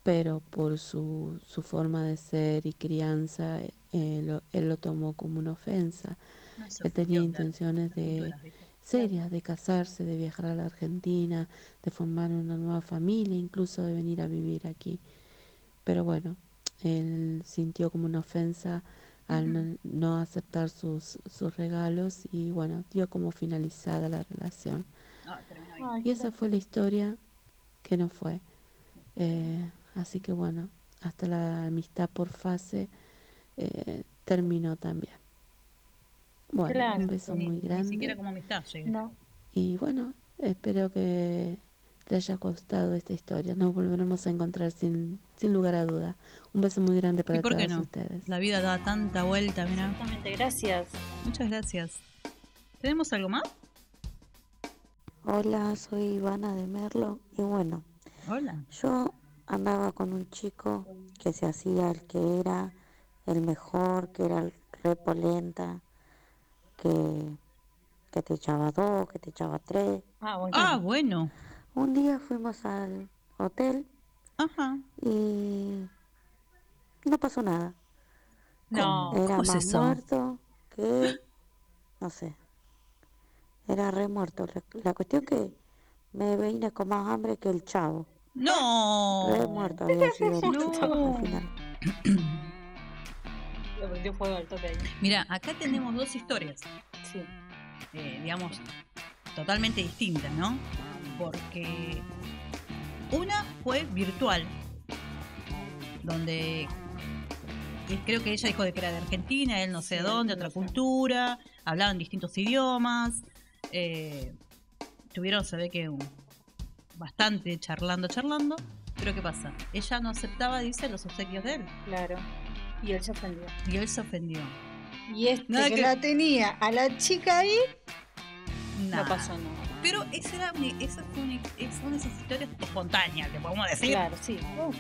S11: pero por su, su forma de ser y crianza, eh, lo- él lo tomó como una ofensa.
S2: No, eso
S11: Él tenía
S2: fue, claro,
S11: intenciones
S2: la cultura,
S11: de serias, de casarse, de viajar a la Argentina, de formar una nueva familia, incluso de venir a vivir aquí. Pero bueno, él sintió como una ofensa al no, no aceptar sus, sus regalos y bueno, dio como finalizada la relación.
S2: Ah,
S11: Y esa fue la historia que no fue. Eh, así que bueno, hasta la amistad por fase eh, terminó también. Bueno,
S2: Claro,
S11: un beso
S2: ni-
S11: muy
S2: Ni siquiera
S11: grande.
S2: como amistad llegué.
S11: Y bueno, espero que te haya gustado esta historia. Nos volveremos a encontrar sin, sin lugar a duda. Un beso muy grande
S2: ¿Y
S11: para
S2: por qué
S11: todos
S2: no?
S11: ustedes.
S2: La vida da tanta vuelta, mira.
S3: Exactamente, gracias.
S2: Muchas gracias. ¿Tenemos algo más?
S12: Hola, soy Ivana de Merlo y bueno,
S2: Hola.
S12: yo andaba con un chico que se hacía el que era el mejor, que era el repolenta, que, que te echaba dos, que te echaba tres.
S2: Ah, bueno. Ah, bueno.
S12: Un día fuimos al hotel y no pasó nada.
S2: No,
S12: Era
S2: ¿cómo es
S12: más
S2: eso?
S12: muerto que, no sé, era re muerto. La, la cuestión que me vine con más hambre que el chavo.
S2: No.
S12: Re muerto
S3: (laughs)
S12: había sido el
S2: No.
S12: chavo al final.
S3: Le prendió fuego al toque ahí.
S2: Mira, acá tenemos dos historias. Eh,
S3: Sí.
S2: digamos, totalmente distintas, ¿no? Porque una fue virtual, donde y creo que ella dijo de que era de Argentina, él no sé dónde, otra cultura, hablaban distintos idiomas, eh, tuvieron, se ve que un- bastante charlando, charlando, pero ¿qué pasa? Ella no aceptaba, dice, los obsequios de él.
S3: Claro. Y él se ofendió.
S2: Y él se ofendió.
S3: Y este
S2: Nada
S3: que,
S2: que-
S3: la tenía a la chica ahí,
S2: Nada.
S3: no pasó nada.
S2: Pero esa, era una, esa fue una, es una de esas historias espontáneas, que podemos decir.
S3: Claro, sí.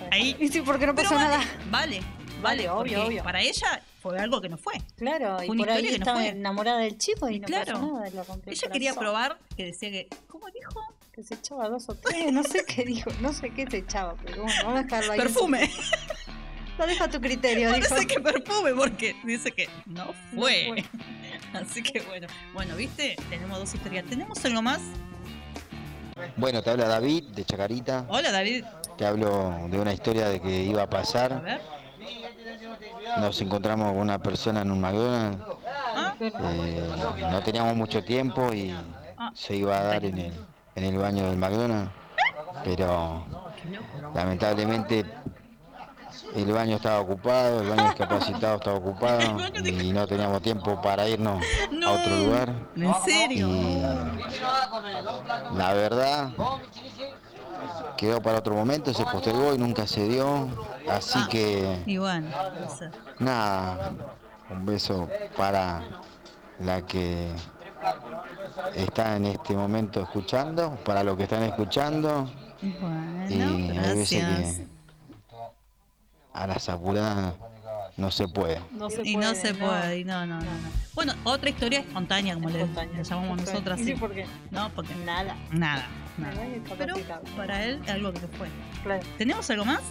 S2: Ahí.
S3: Y sí, porque no
S2: Pero
S3: pasó
S2: vale,
S3: nada.
S2: Vale, vale,
S3: Vale, obvio,
S2: porque
S3: obvio.
S2: Para ella fue algo que no fue.
S3: Claro,
S2: Fue
S3: y
S2: una
S3: por ahí
S2: historia que no
S3: estaba
S2: fue.
S3: enamorada del chico y no
S2: Claro.
S3: pasó nada. lo rompió el
S2: Ella quería
S3: corazón.
S2: probar, que decía que. ¿Cómo dijo?
S3: Que se echaba dos o tres, no sé qué dijo, no sé qué se echaba, pero bueno, vamos a dejarlo ahí.
S2: Perfume.
S3: Lo dejo a tu criterio, dijo.
S2: Parece que perfume, porque dice que no
S3: No
S2: fue.
S3: fue.
S2: (laughs) Así que bueno. Bueno, viste, tenemos dos historias. ¿Tenemos algo más?
S13: Bueno, te habla David de Chacarita.
S2: Hola, David.
S13: Te hablo de una historia de que iba a
S2: A
S13: pasar.
S2: ver.
S13: Nos encontramos con una persona en un McDonald's. Eh, no teníamos mucho tiempo y se iba a dar en el, en el baño del McDonald's. Pero lamentablemente el baño estaba ocupado, el baño discapacitado estaba ocupado y no teníamos tiempo para irnos a otro lugar.
S2: ¿En serio?
S13: La verdad, quedó para otro momento, se postergó y nunca se dio. Así que
S2: Y bueno, no sé.
S13: nada, un beso para la que está en este momento escuchando, para los que están escuchando. Y
S2: Bueno,
S13: hay veces
S2: gracias.
S13: que a las apuradas no se puede.
S3: No se
S2: y no
S3: puede,
S2: se
S3: no.
S2: puede, y no, no, no, no. Bueno, otra historia espontánea, como le, le llamamos nosotras.
S3: Sí, ¿por qué?
S2: No, porque
S3: nada.
S2: Nada.
S3: Nada es
S2: Pero
S3: discapacitado.
S2: para él algo que fue. ¿Tenemos algo más?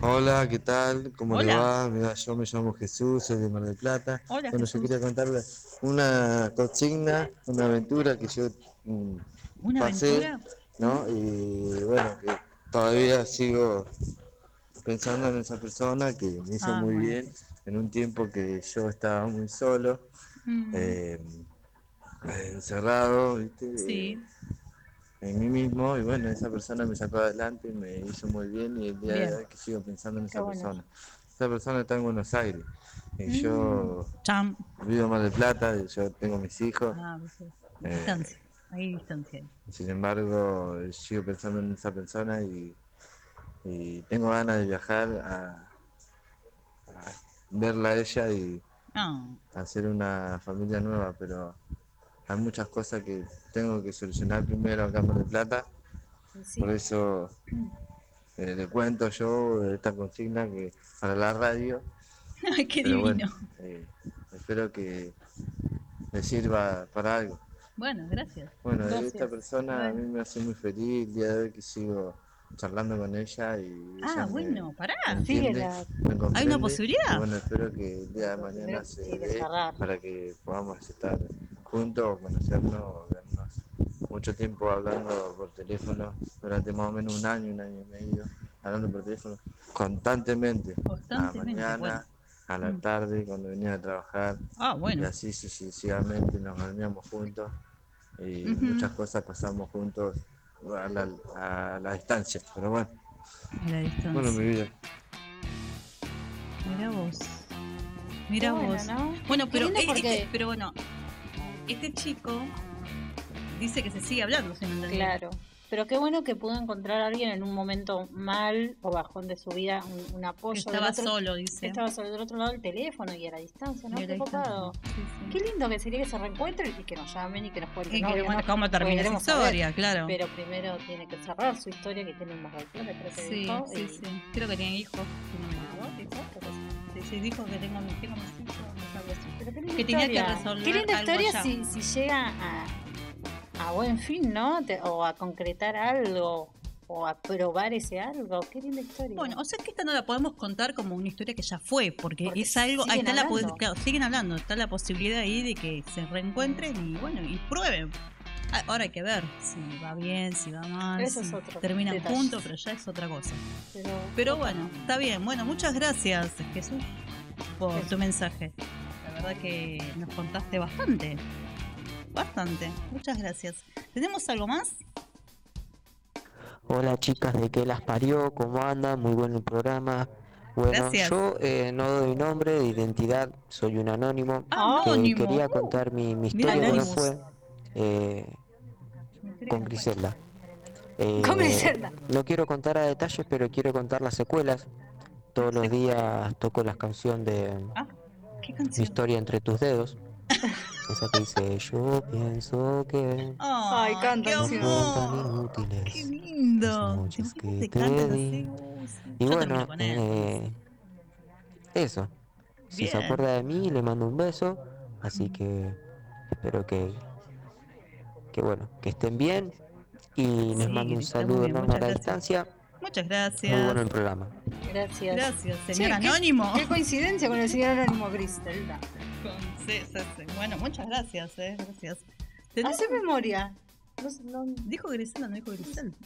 S14: Hola, ¿qué tal? ¿Cómo le
S2: Hola.
S14: va? Mirá, yo me llamo Jesús, soy de Mar del Plata.
S2: Hola,
S14: bueno,
S2: Jesús.
S14: yo quería contarle una consigna, una aventura que yo mm,
S2: ¿Una
S14: pasé,
S2: aventura?
S14: ¿no? Y bueno, que todavía sigo pensando en esa persona que me hizo
S2: Ah,
S14: muy
S2: bueno.
S14: bien en un tiempo que yo estaba muy solo,
S2: Mm.
S14: eh, encerrado, ¿viste? Eh,
S2: Sí.
S14: en mí mismo y bueno, esa persona me sacó adelante y me hizo muy bien y el día
S2: Bien.
S14: de hoy que sigo pensando en
S2: Qué
S14: esa
S2: bueno. Mm.
S14: persona. Esa persona está en Buenos Aires y yo
S2: Cham.
S14: vivo en Mar del Plata, y yo tengo mis hijos,
S2: Ah, viste.
S14: Eh.
S2: distancia. Hay
S3: (laughs)
S2: distancia. ahí.
S14: sin embargo sigo pensando en esa persona y, y tengo ganas de viajar a, a verla a ella y
S2: Ah,
S14: hacer una familia nueva, pero hay muchas cosas que tengo que solucionar primero acá en Mar del Plata. Por eso eh, le cuento yo esta consigna que para la radio.
S2: Ay, qué
S14: Pero
S2: divino.
S14: bueno, eh, espero que le sirva para algo.
S2: Bueno, gracias.
S14: Bueno,
S2: Gracias.
S14: esta persona a
S2: Bueno.
S14: mí me hace muy feliz el día de hoy que sigo charlando con ella y ella
S2: Ah,
S14: me
S2: bueno, pará.
S14: entiende, me
S2: ¿Hay una
S14: comprende. Y
S2: posibilidad?
S14: bueno, espero que el día de mañana se
S2: tiene que
S14: dé
S2: cerrar.
S14: para que podamos estar juntos, conocernos, vernos. Mucho tiempo hablando por teléfono, durante más o menos un año, un año y medio, hablando por teléfono constantemente.
S2: Constantemente,
S14: a la mañana,
S2: bueno. Mm.
S14: a la tarde, cuando venía a trabajar.
S2: Ah, bueno.
S14: Y así sucesivamente nos dormíamos juntos y
S2: Ujú.
S14: muchas cosas pasamos juntos a la, a la distancia. Pero bueno,
S2: A la distancia.
S14: bueno, mi vida.
S2: Mira vos. Mira
S3: Qué bueno,
S2: vos.
S3: ¿no?
S2: Bueno,
S3: Qué
S2: pero,
S3: lindo
S2: eh,
S3: porque-
S2: este- pero bueno, este chico dice que se sigue hablando, ¿sí me entendés?
S3: Claro. Pero qué bueno que pudo encontrar a alguien en un momento mal o bajón de su vida, un, un apoyo.
S2: Estaba
S3: Del otro-
S2: solo, dice.
S3: Estaba solo del otro lado del teléfono y a la distancia, ¿no?
S2: Y a la
S3: Qué copado. Qué lindo que sería que se reencuentren y que nos llamen y que nos cuenten.
S2: Y
S3: ¿no?
S2: que
S3: Obvio,
S2: bueno,
S3: ¿no?
S2: cómo
S3: Porque
S2: termina esa
S3: queremos saber.
S2: historia, claro.
S3: Pero primero tiene que cerrar su historia que tiene más balcones, creo que
S2: Sí,
S3: dijo,
S2: sí,
S3: y-
S2: sí. Creo que tiene hijos. Sí, sí, dijo que tengo mis hijos. Que tenía que
S3: historia.
S2: resolver.
S3: Qué linda
S2: algo
S3: historia
S2: allá.
S3: si, si llega a, a buen fin, ¿no? Te- o a concretar algo, o a probar ese algo. Qué linda historia.
S2: Bueno, o sea que esta no la podemos contar como una historia que ya fue, porque,
S3: Porque
S2: es algo. Ahí
S3: siguen
S2: está la pos-
S3: hablando.
S2: claro, siguen hablando, está la posibilidad ahí de que se reencuentren y bueno, y prueben. Ah, Ahora hay que ver si va bien, si va mal,
S3: Eso
S2: si
S3: es otro
S2: terminan
S3: detalle.
S2: juntos, pero ya es otra cosa.
S3: Pero,
S2: Pero bueno, está bien. Bueno, muchas gracias, Jesús, por tu mensaje. La verdad que nos contaste bastante. Bastante. Muchas gracias. ¿Tenemos algo más?
S15: Hola chicas de que las parió, ¿cómo andan? Muy bueno el programa. Bueno,
S2: Gracias.
S15: yo eh, no doy nombre de identidad, soy un anónimo.
S2: Ah,
S15: que
S2: anónimo.
S15: quería contar mi, mi
S2: Mira,
S15: historia, cómo
S2: Anonymous.
S15: fue eh, con Griselda. Eh,
S3: Con Griselda.
S15: No quiero contar a detalles, pero quiero contar las secuelas. Todos los días toco la canción de
S2: Ah, ¿Qué
S15: Mi
S2: canción?
S15: historia entre tus
S2: (laughs)
S15: dedos. Esa que dice, yo pienso que...
S2: Ay,
S15: no
S2: qué
S15: son
S2: amor.
S15: tan inútiles
S2: Qué lindo.
S15: muchos que
S2: Te
S15: te
S2: cantan
S15: di.
S2: así. uy, sí.
S15: Y
S2: Yo
S15: bueno,
S2: termino con él.
S15: eh, eso. Si se
S2: Bien.
S15: acuerda de mí, le mando un beso. Así que espero que, que bueno, que estén bien. Y les
S2: Sí,
S15: mando
S2: está
S15: un
S2: muy
S15: saludo
S2: bien,
S15: enorme a la
S2: muchas
S15: distancia.
S2: Muchas gracias.
S15: Muy bueno el programa.
S3: gracias.
S2: Gracias,
S3: Che,
S2: señor
S3: qué-
S2: Anónimo.
S3: Qué, coincidencia con el señor Anónimo Griselda.
S2: Sí, sí, sí. Bueno, muchas gracias, eh. Gracias.
S3: Hace memoria.
S2: Dijo Griselda, no dijo Griselda.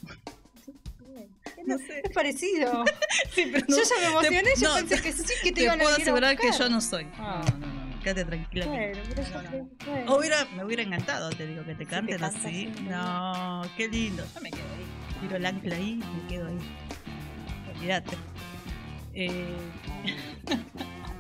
S3: No sé. Es
S2: (laughs)
S3: parecido. Yo ya me
S2: te-
S3: emocioné, yo
S2: no,
S3: pensé que sí, que te, iban a
S2: puedo
S3: venir a
S2: asegurar que
S3: buscar.
S2: yo no soy.
S3: Ah.
S2: No, no, no. Quédate tranquila. que-
S3: Bueno, pero yo creo- bueno.
S2: O hubiera- me hubiera encantado, te digo, que te canten
S3: canta
S2: así.
S3: así,
S2: No, qué lindo. Yo me quedo ahí. Tiro el ancla ahí y me quedo ahí. Olvídate. Eh, (laughs)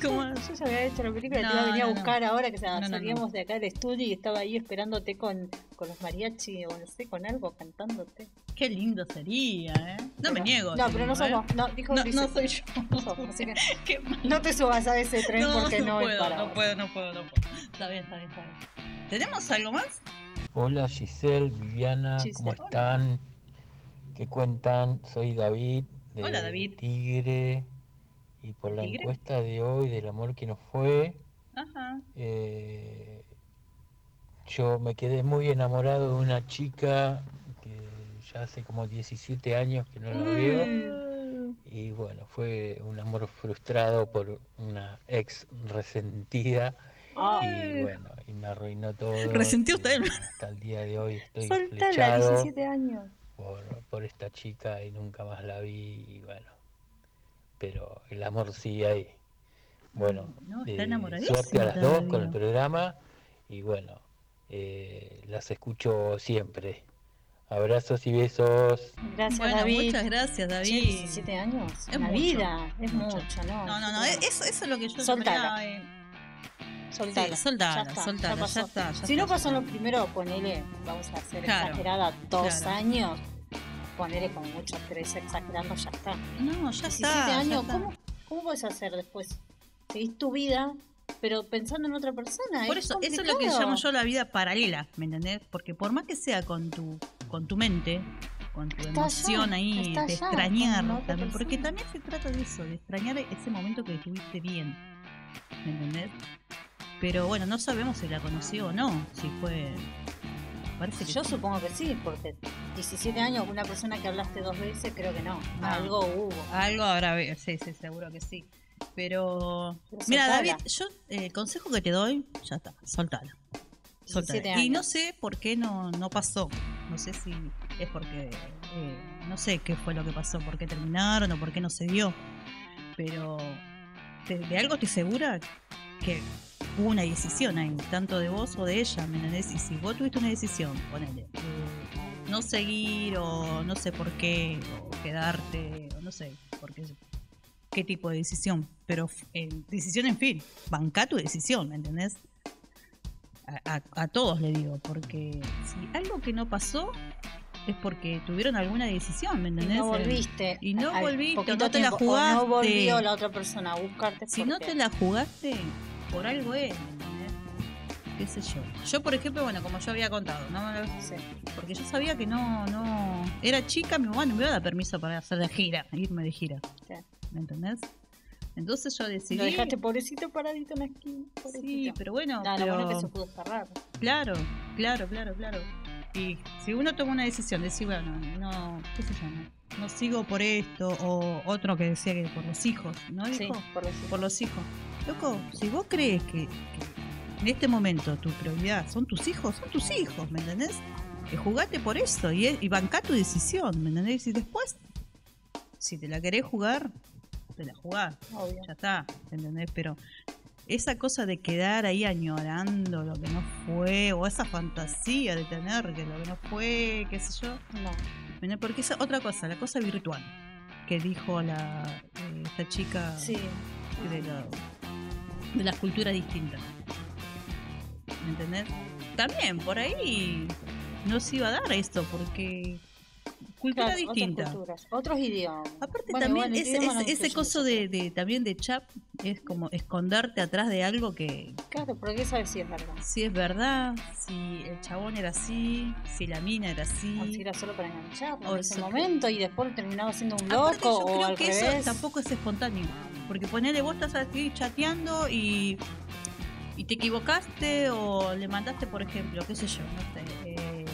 S2: ¿Cómo?
S3: Yo ya había hecho la película,
S2: No,
S3: te iba a venir a
S2: no, no.
S3: buscar ahora que sa-
S2: No, no,
S3: salíamos de acá del estudio y estaba ahí esperándote con, con los mariachi o no sé, con algo cantándote.
S2: Qué lindo sería, ¿eh? No me niego.
S3: No,
S2: te
S3: pero no
S2: digo, ¿eh?
S3: somos, no, dijo
S2: No,
S3: Grisel.
S2: no soy yo.
S3: No somos,
S2: (laughs)
S3: así que no te subas a ese tren porque no, es
S2: puedo,
S3: para
S2: no
S3: vos.
S2: puedo, no puedo, no puedo. Está bien, está bien, está bien. ¿Tenemos algo más?
S16: Hola Giselle, Viviana, ¿cómo
S2: Giselle, hola.
S16: están? ¿Qué cuentan? Soy David de
S2: Hola, David.
S16: Tigre y por la
S2: ¿Tigre?
S16: encuesta de hoy del amor que nos fue,
S2: Ajá.
S16: eh, yo me quedé muy enamorado de una chica que ya hace como 17 años que
S3: Mm.
S16: no la veo y bueno, fue un amor frustrado por una ex resentida y bueno, y me arruinó todo.
S2: Resentí usted.
S16: Hasta el día de hoy estoy
S3: Soltala,
S16: flechado
S3: 17 años.
S16: por, por esta chica y nunca más la vi y bueno. Pero el amor sigue ahí. Bueno,
S2: No, está
S16: eh,
S2: enamoradísimo
S16: suerte a las
S2: todavía.
S16: dos con el programa y bueno, eh, las escucho siempre. Abrazos y besos.
S3: Gracias,
S2: Bueno,
S3: David.
S2: muchas gracias, David.
S3: Sí, 17 años. la
S2: Es mucho,
S3: vida, es
S2: mucho.
S3: mucho, ¿no?
S2: No, no, no,
S3: Bueno.
S2: es- eso, eso es lo que yo
S3: Soltala.
S2: llamaría, eh,
S3: Soltala.
S2: Sí, soltala,
S3: ya está,
S2: soltala,
S3: ya
S2: ya
S3: pasó.
S2: está, ya
S3: si no
S2: está, ya
S3: pasó en los primeros, ponele, vamos a hacer
S2: Claro,
S3: exagerada, dos
S2: claro.
S3: años, ponele con muchos tres exagerando, ya está.
S2: No, ya
S3: 17
S2: está, ya
S3: años,
S2: está.
S3: ¿cómo, ¿cómo puedes hacer después? Seguís tu vida, pero pensando en otra persona.
S2: Por eso, eso es lo que llamo yo la vida paralela, ¿me entendés? Porque por más que sea con tu, con tu mente, con tu
S3: Está
S2: emoción
S3: allá,
S2: ahí,
S3: está
S2: de
S3: allá,
S2: extrañar,
S3: con otra
S2: también, porque
S3: persona.
S2: también se trata de eso, de extrañar ese momento que tuviste bien, ¿me entendés? Pero bueno, no sabemos si la conoció o no, si fue... Parece que
S3: Yo
S2: sí.
S3: supongo que sí, porque 17 años, una persona que hablaste dos veces, creo que no.
S2: No.
S3: Algo uh, hubo.
S2: Algo habrá, habido, sí, sí, seguro que sí. Pero,
S3: Pero
S2: mira,
S3: soltala.
S2: David, yo eh, el consejo que te doy, ya está, soltala. Soltala.
S3: 17
S2: Y no
S3: años.
S2: sé por qué no, no pasó. No sé si es porque, eh, no sé qué fue lo que pasó, por qué terminaron o por qué no se dio. Pero de, de algo estoy segura que hubo una decisión ahí, tanto de vos o de ella, ¿me entendés? Y si vos tuviste una decisión, ponele, eh, no seguir o no sé por qué, o quedarte, o no sé, por qué, qué tipo de decisión, pero eh, decisión en fin, banca tu decisión, ¿me entendés? a, a- a todos le digo, porque si algo que no pasó es porque tuvieron alguna decisión, ¿me entendés?
S3: no volviste.
S2: Y no
S3: al
S2: volviste,
S3: poquito
S2: no te la
S3: tiempo, o
S2: jugaste.
S3: No volvió la otra persona a buscarte.
S2: Si no te la jugaste, por algo es. ¿Qué sé yo? Yo, por ejemplo, bueno, como yo había contado, no me lo sé. Porque yo sabía que no, no. Era chica, mi mamá no me iba a dar permiso para hacer la gira, irme de gira. ¿Me entendés? Entonces yo decidí.
S3: Lo dejaste pobrecito paradito en la esquina.
S2: Sí, pero bueno.
S3: No,
S2: pero-
S3: lo bueno es que se pudo cerrar.
S2: Claro, claro, claro, claro. Y si uno toma una decisión, decir, bueno, no, ¿qué se llama? No sigo por esto, o otro que decía que por los hijos, ¿no?
S3: Sí,
S2: dijo?
S3: por los hijos.
S2: Por los hijos. Loco, si vos crees que, que en este momento tu prioridad son tus hijos, son tus hijos, ¿me entendés? Que jugate por eso y, es- y bancá tu decisión, ¿me entendés? Y después, si te la querés jugar, te la jugás. Ya está, ¿me entendés? Pero esa cosa de quedar ahí añorando lo que no fue, o esa fantasía de tener que lo que no fue, qué sé yo.
S3: No.
S2: Porque es otra cosa, la cosa virtual que dijo la, eh, esta chica de, la- de las culturas distintas. ¿Me entendés? También por ahí no se iba a dar esto, porque cultura
S3: Claro, otras
S2: distinta.
S3: culturas, otros idiomas.
S2: Aparte
S3: Bueno,
S2: también
S3: igual el
S2: ese-
S3: idioma
S2: ese,
S3: no
S2: ese
S3: influye
S2: coso de, de- también de chap es como esconderte atrás de algo que
S3: Claro, porque eso sí es verdad.
S2: si es verdad, si el chabón era así, si la mina era así.
S3: O si era solo para engancharlo
S2: O
S3: en ese
S2: eso-
S3: momento y después lo terminaba siendo un
S2: Aparte,
S3: loco
S2: yo
S3: o
S2: creo
S3: al
S2: que eso
S3: revés.
S2: tampoco es espontáneo. Porque ponele vos estás así chateando y, y te equivocaste o le mandaste, por ejemplo, qué sé yo, no sé. eh,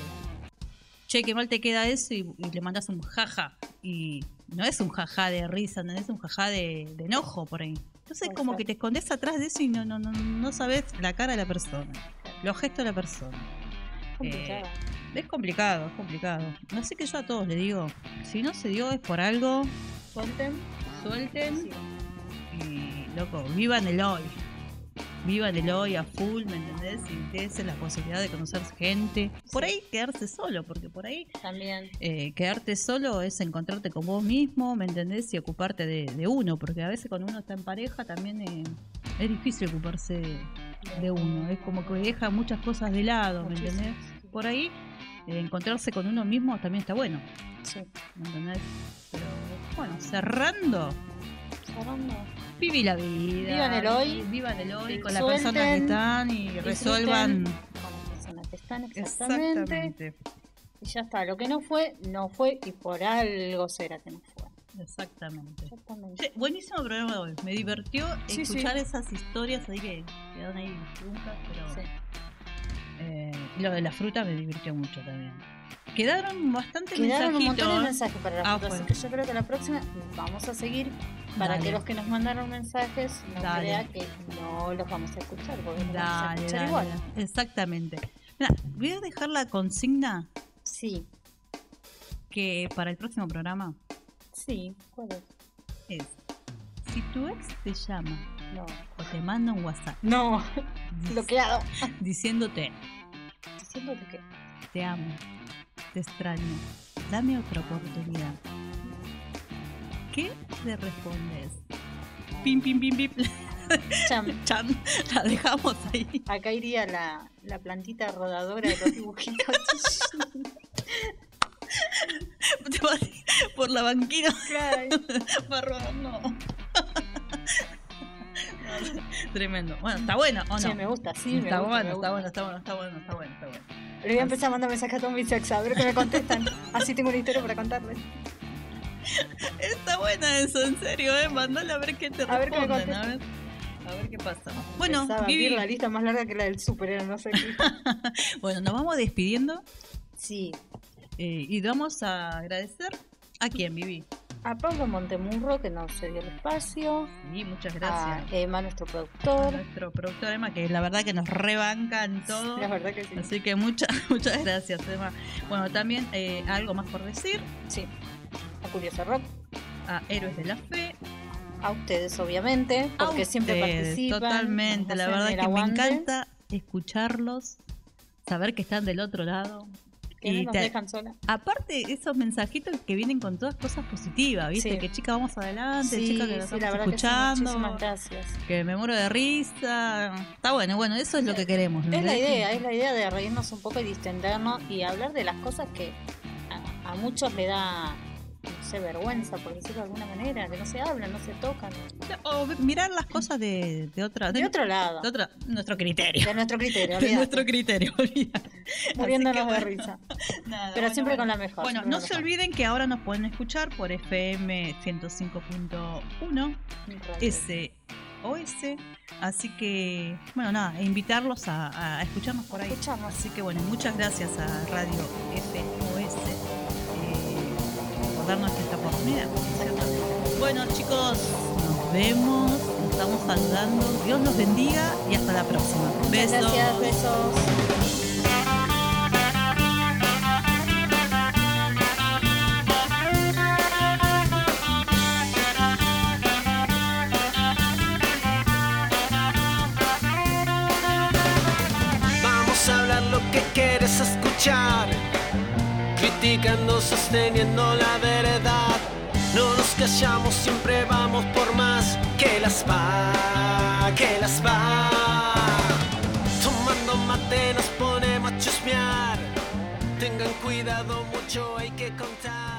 S2: che, qué mal te queda eso y, y le mandas un jaja. Y no es un jaja de risa, no es un jaja de, de enojo por ahí. Entonces como que te escondes atrás de eso y no, no, no, no eh, sabes la cara de la persona, los gestos de la persona.
S3: Complicado.
S2: Eh, es complicado, es complicado. Así que yo a todos le digo, si no se dio es por algo,
S3: Suelten.
S2: Suelten. y loco, vivan el hoy. Vivan el hoy a full, ¿me entendés? Y dense la posibilidad de conocer gente. Por ahí quedarse solo, porque por ahí
S3: También.
S2: eh, quedarte solo es encontrarte con vos mismo, ¿me entendés? Y ocuparte de, de uno, porque a veces cuando uno está en pareja también eh, es difícil ocuparse de, de uno. Es como que deja muchas cosas de lado, ¿me
S3: Muchísimas,
S2: entendés? Por ahí eh, encontrarse con uno mismo también está bueno. ¿Me entendés? Pero bueno, cerrando,
S3: Cerrando.
S2: viví la vida.
S3: Vivan el hoy.
S2: Vivan el hoy con las
S3: Suelten,
S2: personas que están y
S3: disfruten
S2: resuelvan.
S3: Con las personas que están, exactamente. Y ya está, lo que no fue, no fue y por algo será que no fue.
S2: Exactamente. Che, buenísimo programa de hoy. Me divertió
S3: Sí,
S2: escuchar
S3: sí.
S2: esas historias ahí que quedaron ahí truncas, pero. Eh, y lo de la fruta me divirtió mucho también. Quedaron bastante
S3: Quedaron un
S2: mensajitos.
S3: montón de mensajes para la
S2: Ah,
S3: foto, así
S2: bueno.
S3: que yo creo que la próxima vamos a seguir para
S2: Dale.
S3: que los que nos mandaron mensajes no
S2: Dale.
S3: crea que no los vamos a escuchar, porque los vamos a
S2: Dale,
S3: escuchar
S2: dale,
S3: igual.
S2: dale. Exactamente. Mirá, voy a dejar la consigna.
S3: Sí.
S2: Que para el próximo programa
S3: Sí, ¿cuál es?
S2: es: si tu ex te llama
S3: No.
S2: o te manda un WhatsApp. (laughs)
S3: No, bloqueado.
S2: Diciéndote:
S3: Diciéndote que
S2: Te amo, te extraño, dame otra oportunidad. ¿Qué le respondes? Pim, pim, pim, pim.
S3: (laughs) Cham.
S2: La dejamos ahí.
S3: Acá iría la, la plantita rodadora de los dibujitos.
S2: Te vas por la banquina.
S3: Claro.
S2: Va rodando. Tremendo. Bueno, está bueno, ¿o no?
S3: Sí, me gusta, sí, me
S2: está
S3: gusta,
S2: bueno,
S3: me
S2: está
S3: gusta.
S2: bueno, está bueno, está bueno, está bueno, está bueno.
S3: Le voy a empezar a mandar mensajes a todos mis ex a ver qué me contestan. Así tengo una historia para contarles.
S2: Está buena eso, en serio, eh. Mandala a ver qué te
S3: A ver qué me
S2: responden, a ver. A ver qué pasa. Bueno,
S3: Pensaba abrir
S2: Vivi.
S3: la lista más larga que la del superhéroe, no sé qué.
S2: (laughs) Bueno, nos vamos despidiendo. Eh,
S3: Sí.
S2: y vamos a agradecer a quién, Vivi.
S3: A Pablo Montemurro, que nos cedió el espacio.
S2: Sí, muchas gracias.
S3: A Emma, nuestro
S2: A
S3: productor.
S2: nuestro productor Emma, que la verdad que nos rebanca en todo.
S3: La verdad que sí.
S2: Así que muchas, (laughs) muchas gracias, Emma. Bueno, también eh, algo más por decir.
S3: Sí. A Curioso Rock.
S2: A Héroes de la Fe.
S3: A ustedes, obviamente, porque
S2: a
S3: siempre
S2: ustedes,
S3: participan.
S2: Totalmente,
S3: nos
S2: la
S3: hacen
S2: verdad
S3: el
S2: que me
S3: aguante.
S2: encanta escucharlos, saber que están del otro lado,
S3: que no
S2: Y
S3: nos
S2: te-
S3: dejan sola.
S2: Aparte, esos mensajitos que vienen con todas cosas positivas, ¿viste?
S3: Sí.
S2: Que chica, vamos adelante,
S3: Sí,
S2: chica, que nos
S3: sí, la
S2: estamos
S3: verdad que sí,
S2: escuchando.
S3: muchísimas gracias.
S2: que me muero de risa. Está bueno, bueno, eso es lo que queremos. ¿no?
S3: Es la idea, es la idea de reírnos un poco y distendernos y hablar de las cosas que a, a muchos le da, no sé, vergüenza, por decirlo de alguna manera, que no se hablan, no se tocan.
S2: O mirar las cosas de, de otra
S3: De otro lado.
S2: De otro- nuestro criterio.
S3: De nuestro criterio,
S2: (laughs) De
S3: olvidate.
S2: nuestro criterio, olvidate.
S3: Muriéndonos
S2: Así que
S3: de
S2: bueno. (laughs)
S3: risa.
S2: Nada,
S3: Pero
S2: bueno,
S3: siempre
S2: bueno.
S3: con la mejor.
S2: Bueno,
S3: siempre
S2: no
S3: con la
S2: se olviden que ahora nos pueden escuchar por FM 105.1 SOS. Así que, bueno, nada, e invitarlos a, a escucharnos por ahí. Así que, bueno, muchas gracias a Radio SOS eh, por darnos esta oportunidad. ¿cierto? Bueno, chicos, nos vemos, nos estamos saludando. Dios los bendiga y hasta la próxima.
S3: Muchas
S2: Besos.
S3: gracias, besos.
S1: Vamos a hablar lo que quieres escuchar. Criticando, sosteniendo la verdad. No nos callamos, siempre vamos por más. Que las va, que las va. Tomando mate nos ponemos a chusmear. Tengan cuidado, mucho hay que contar.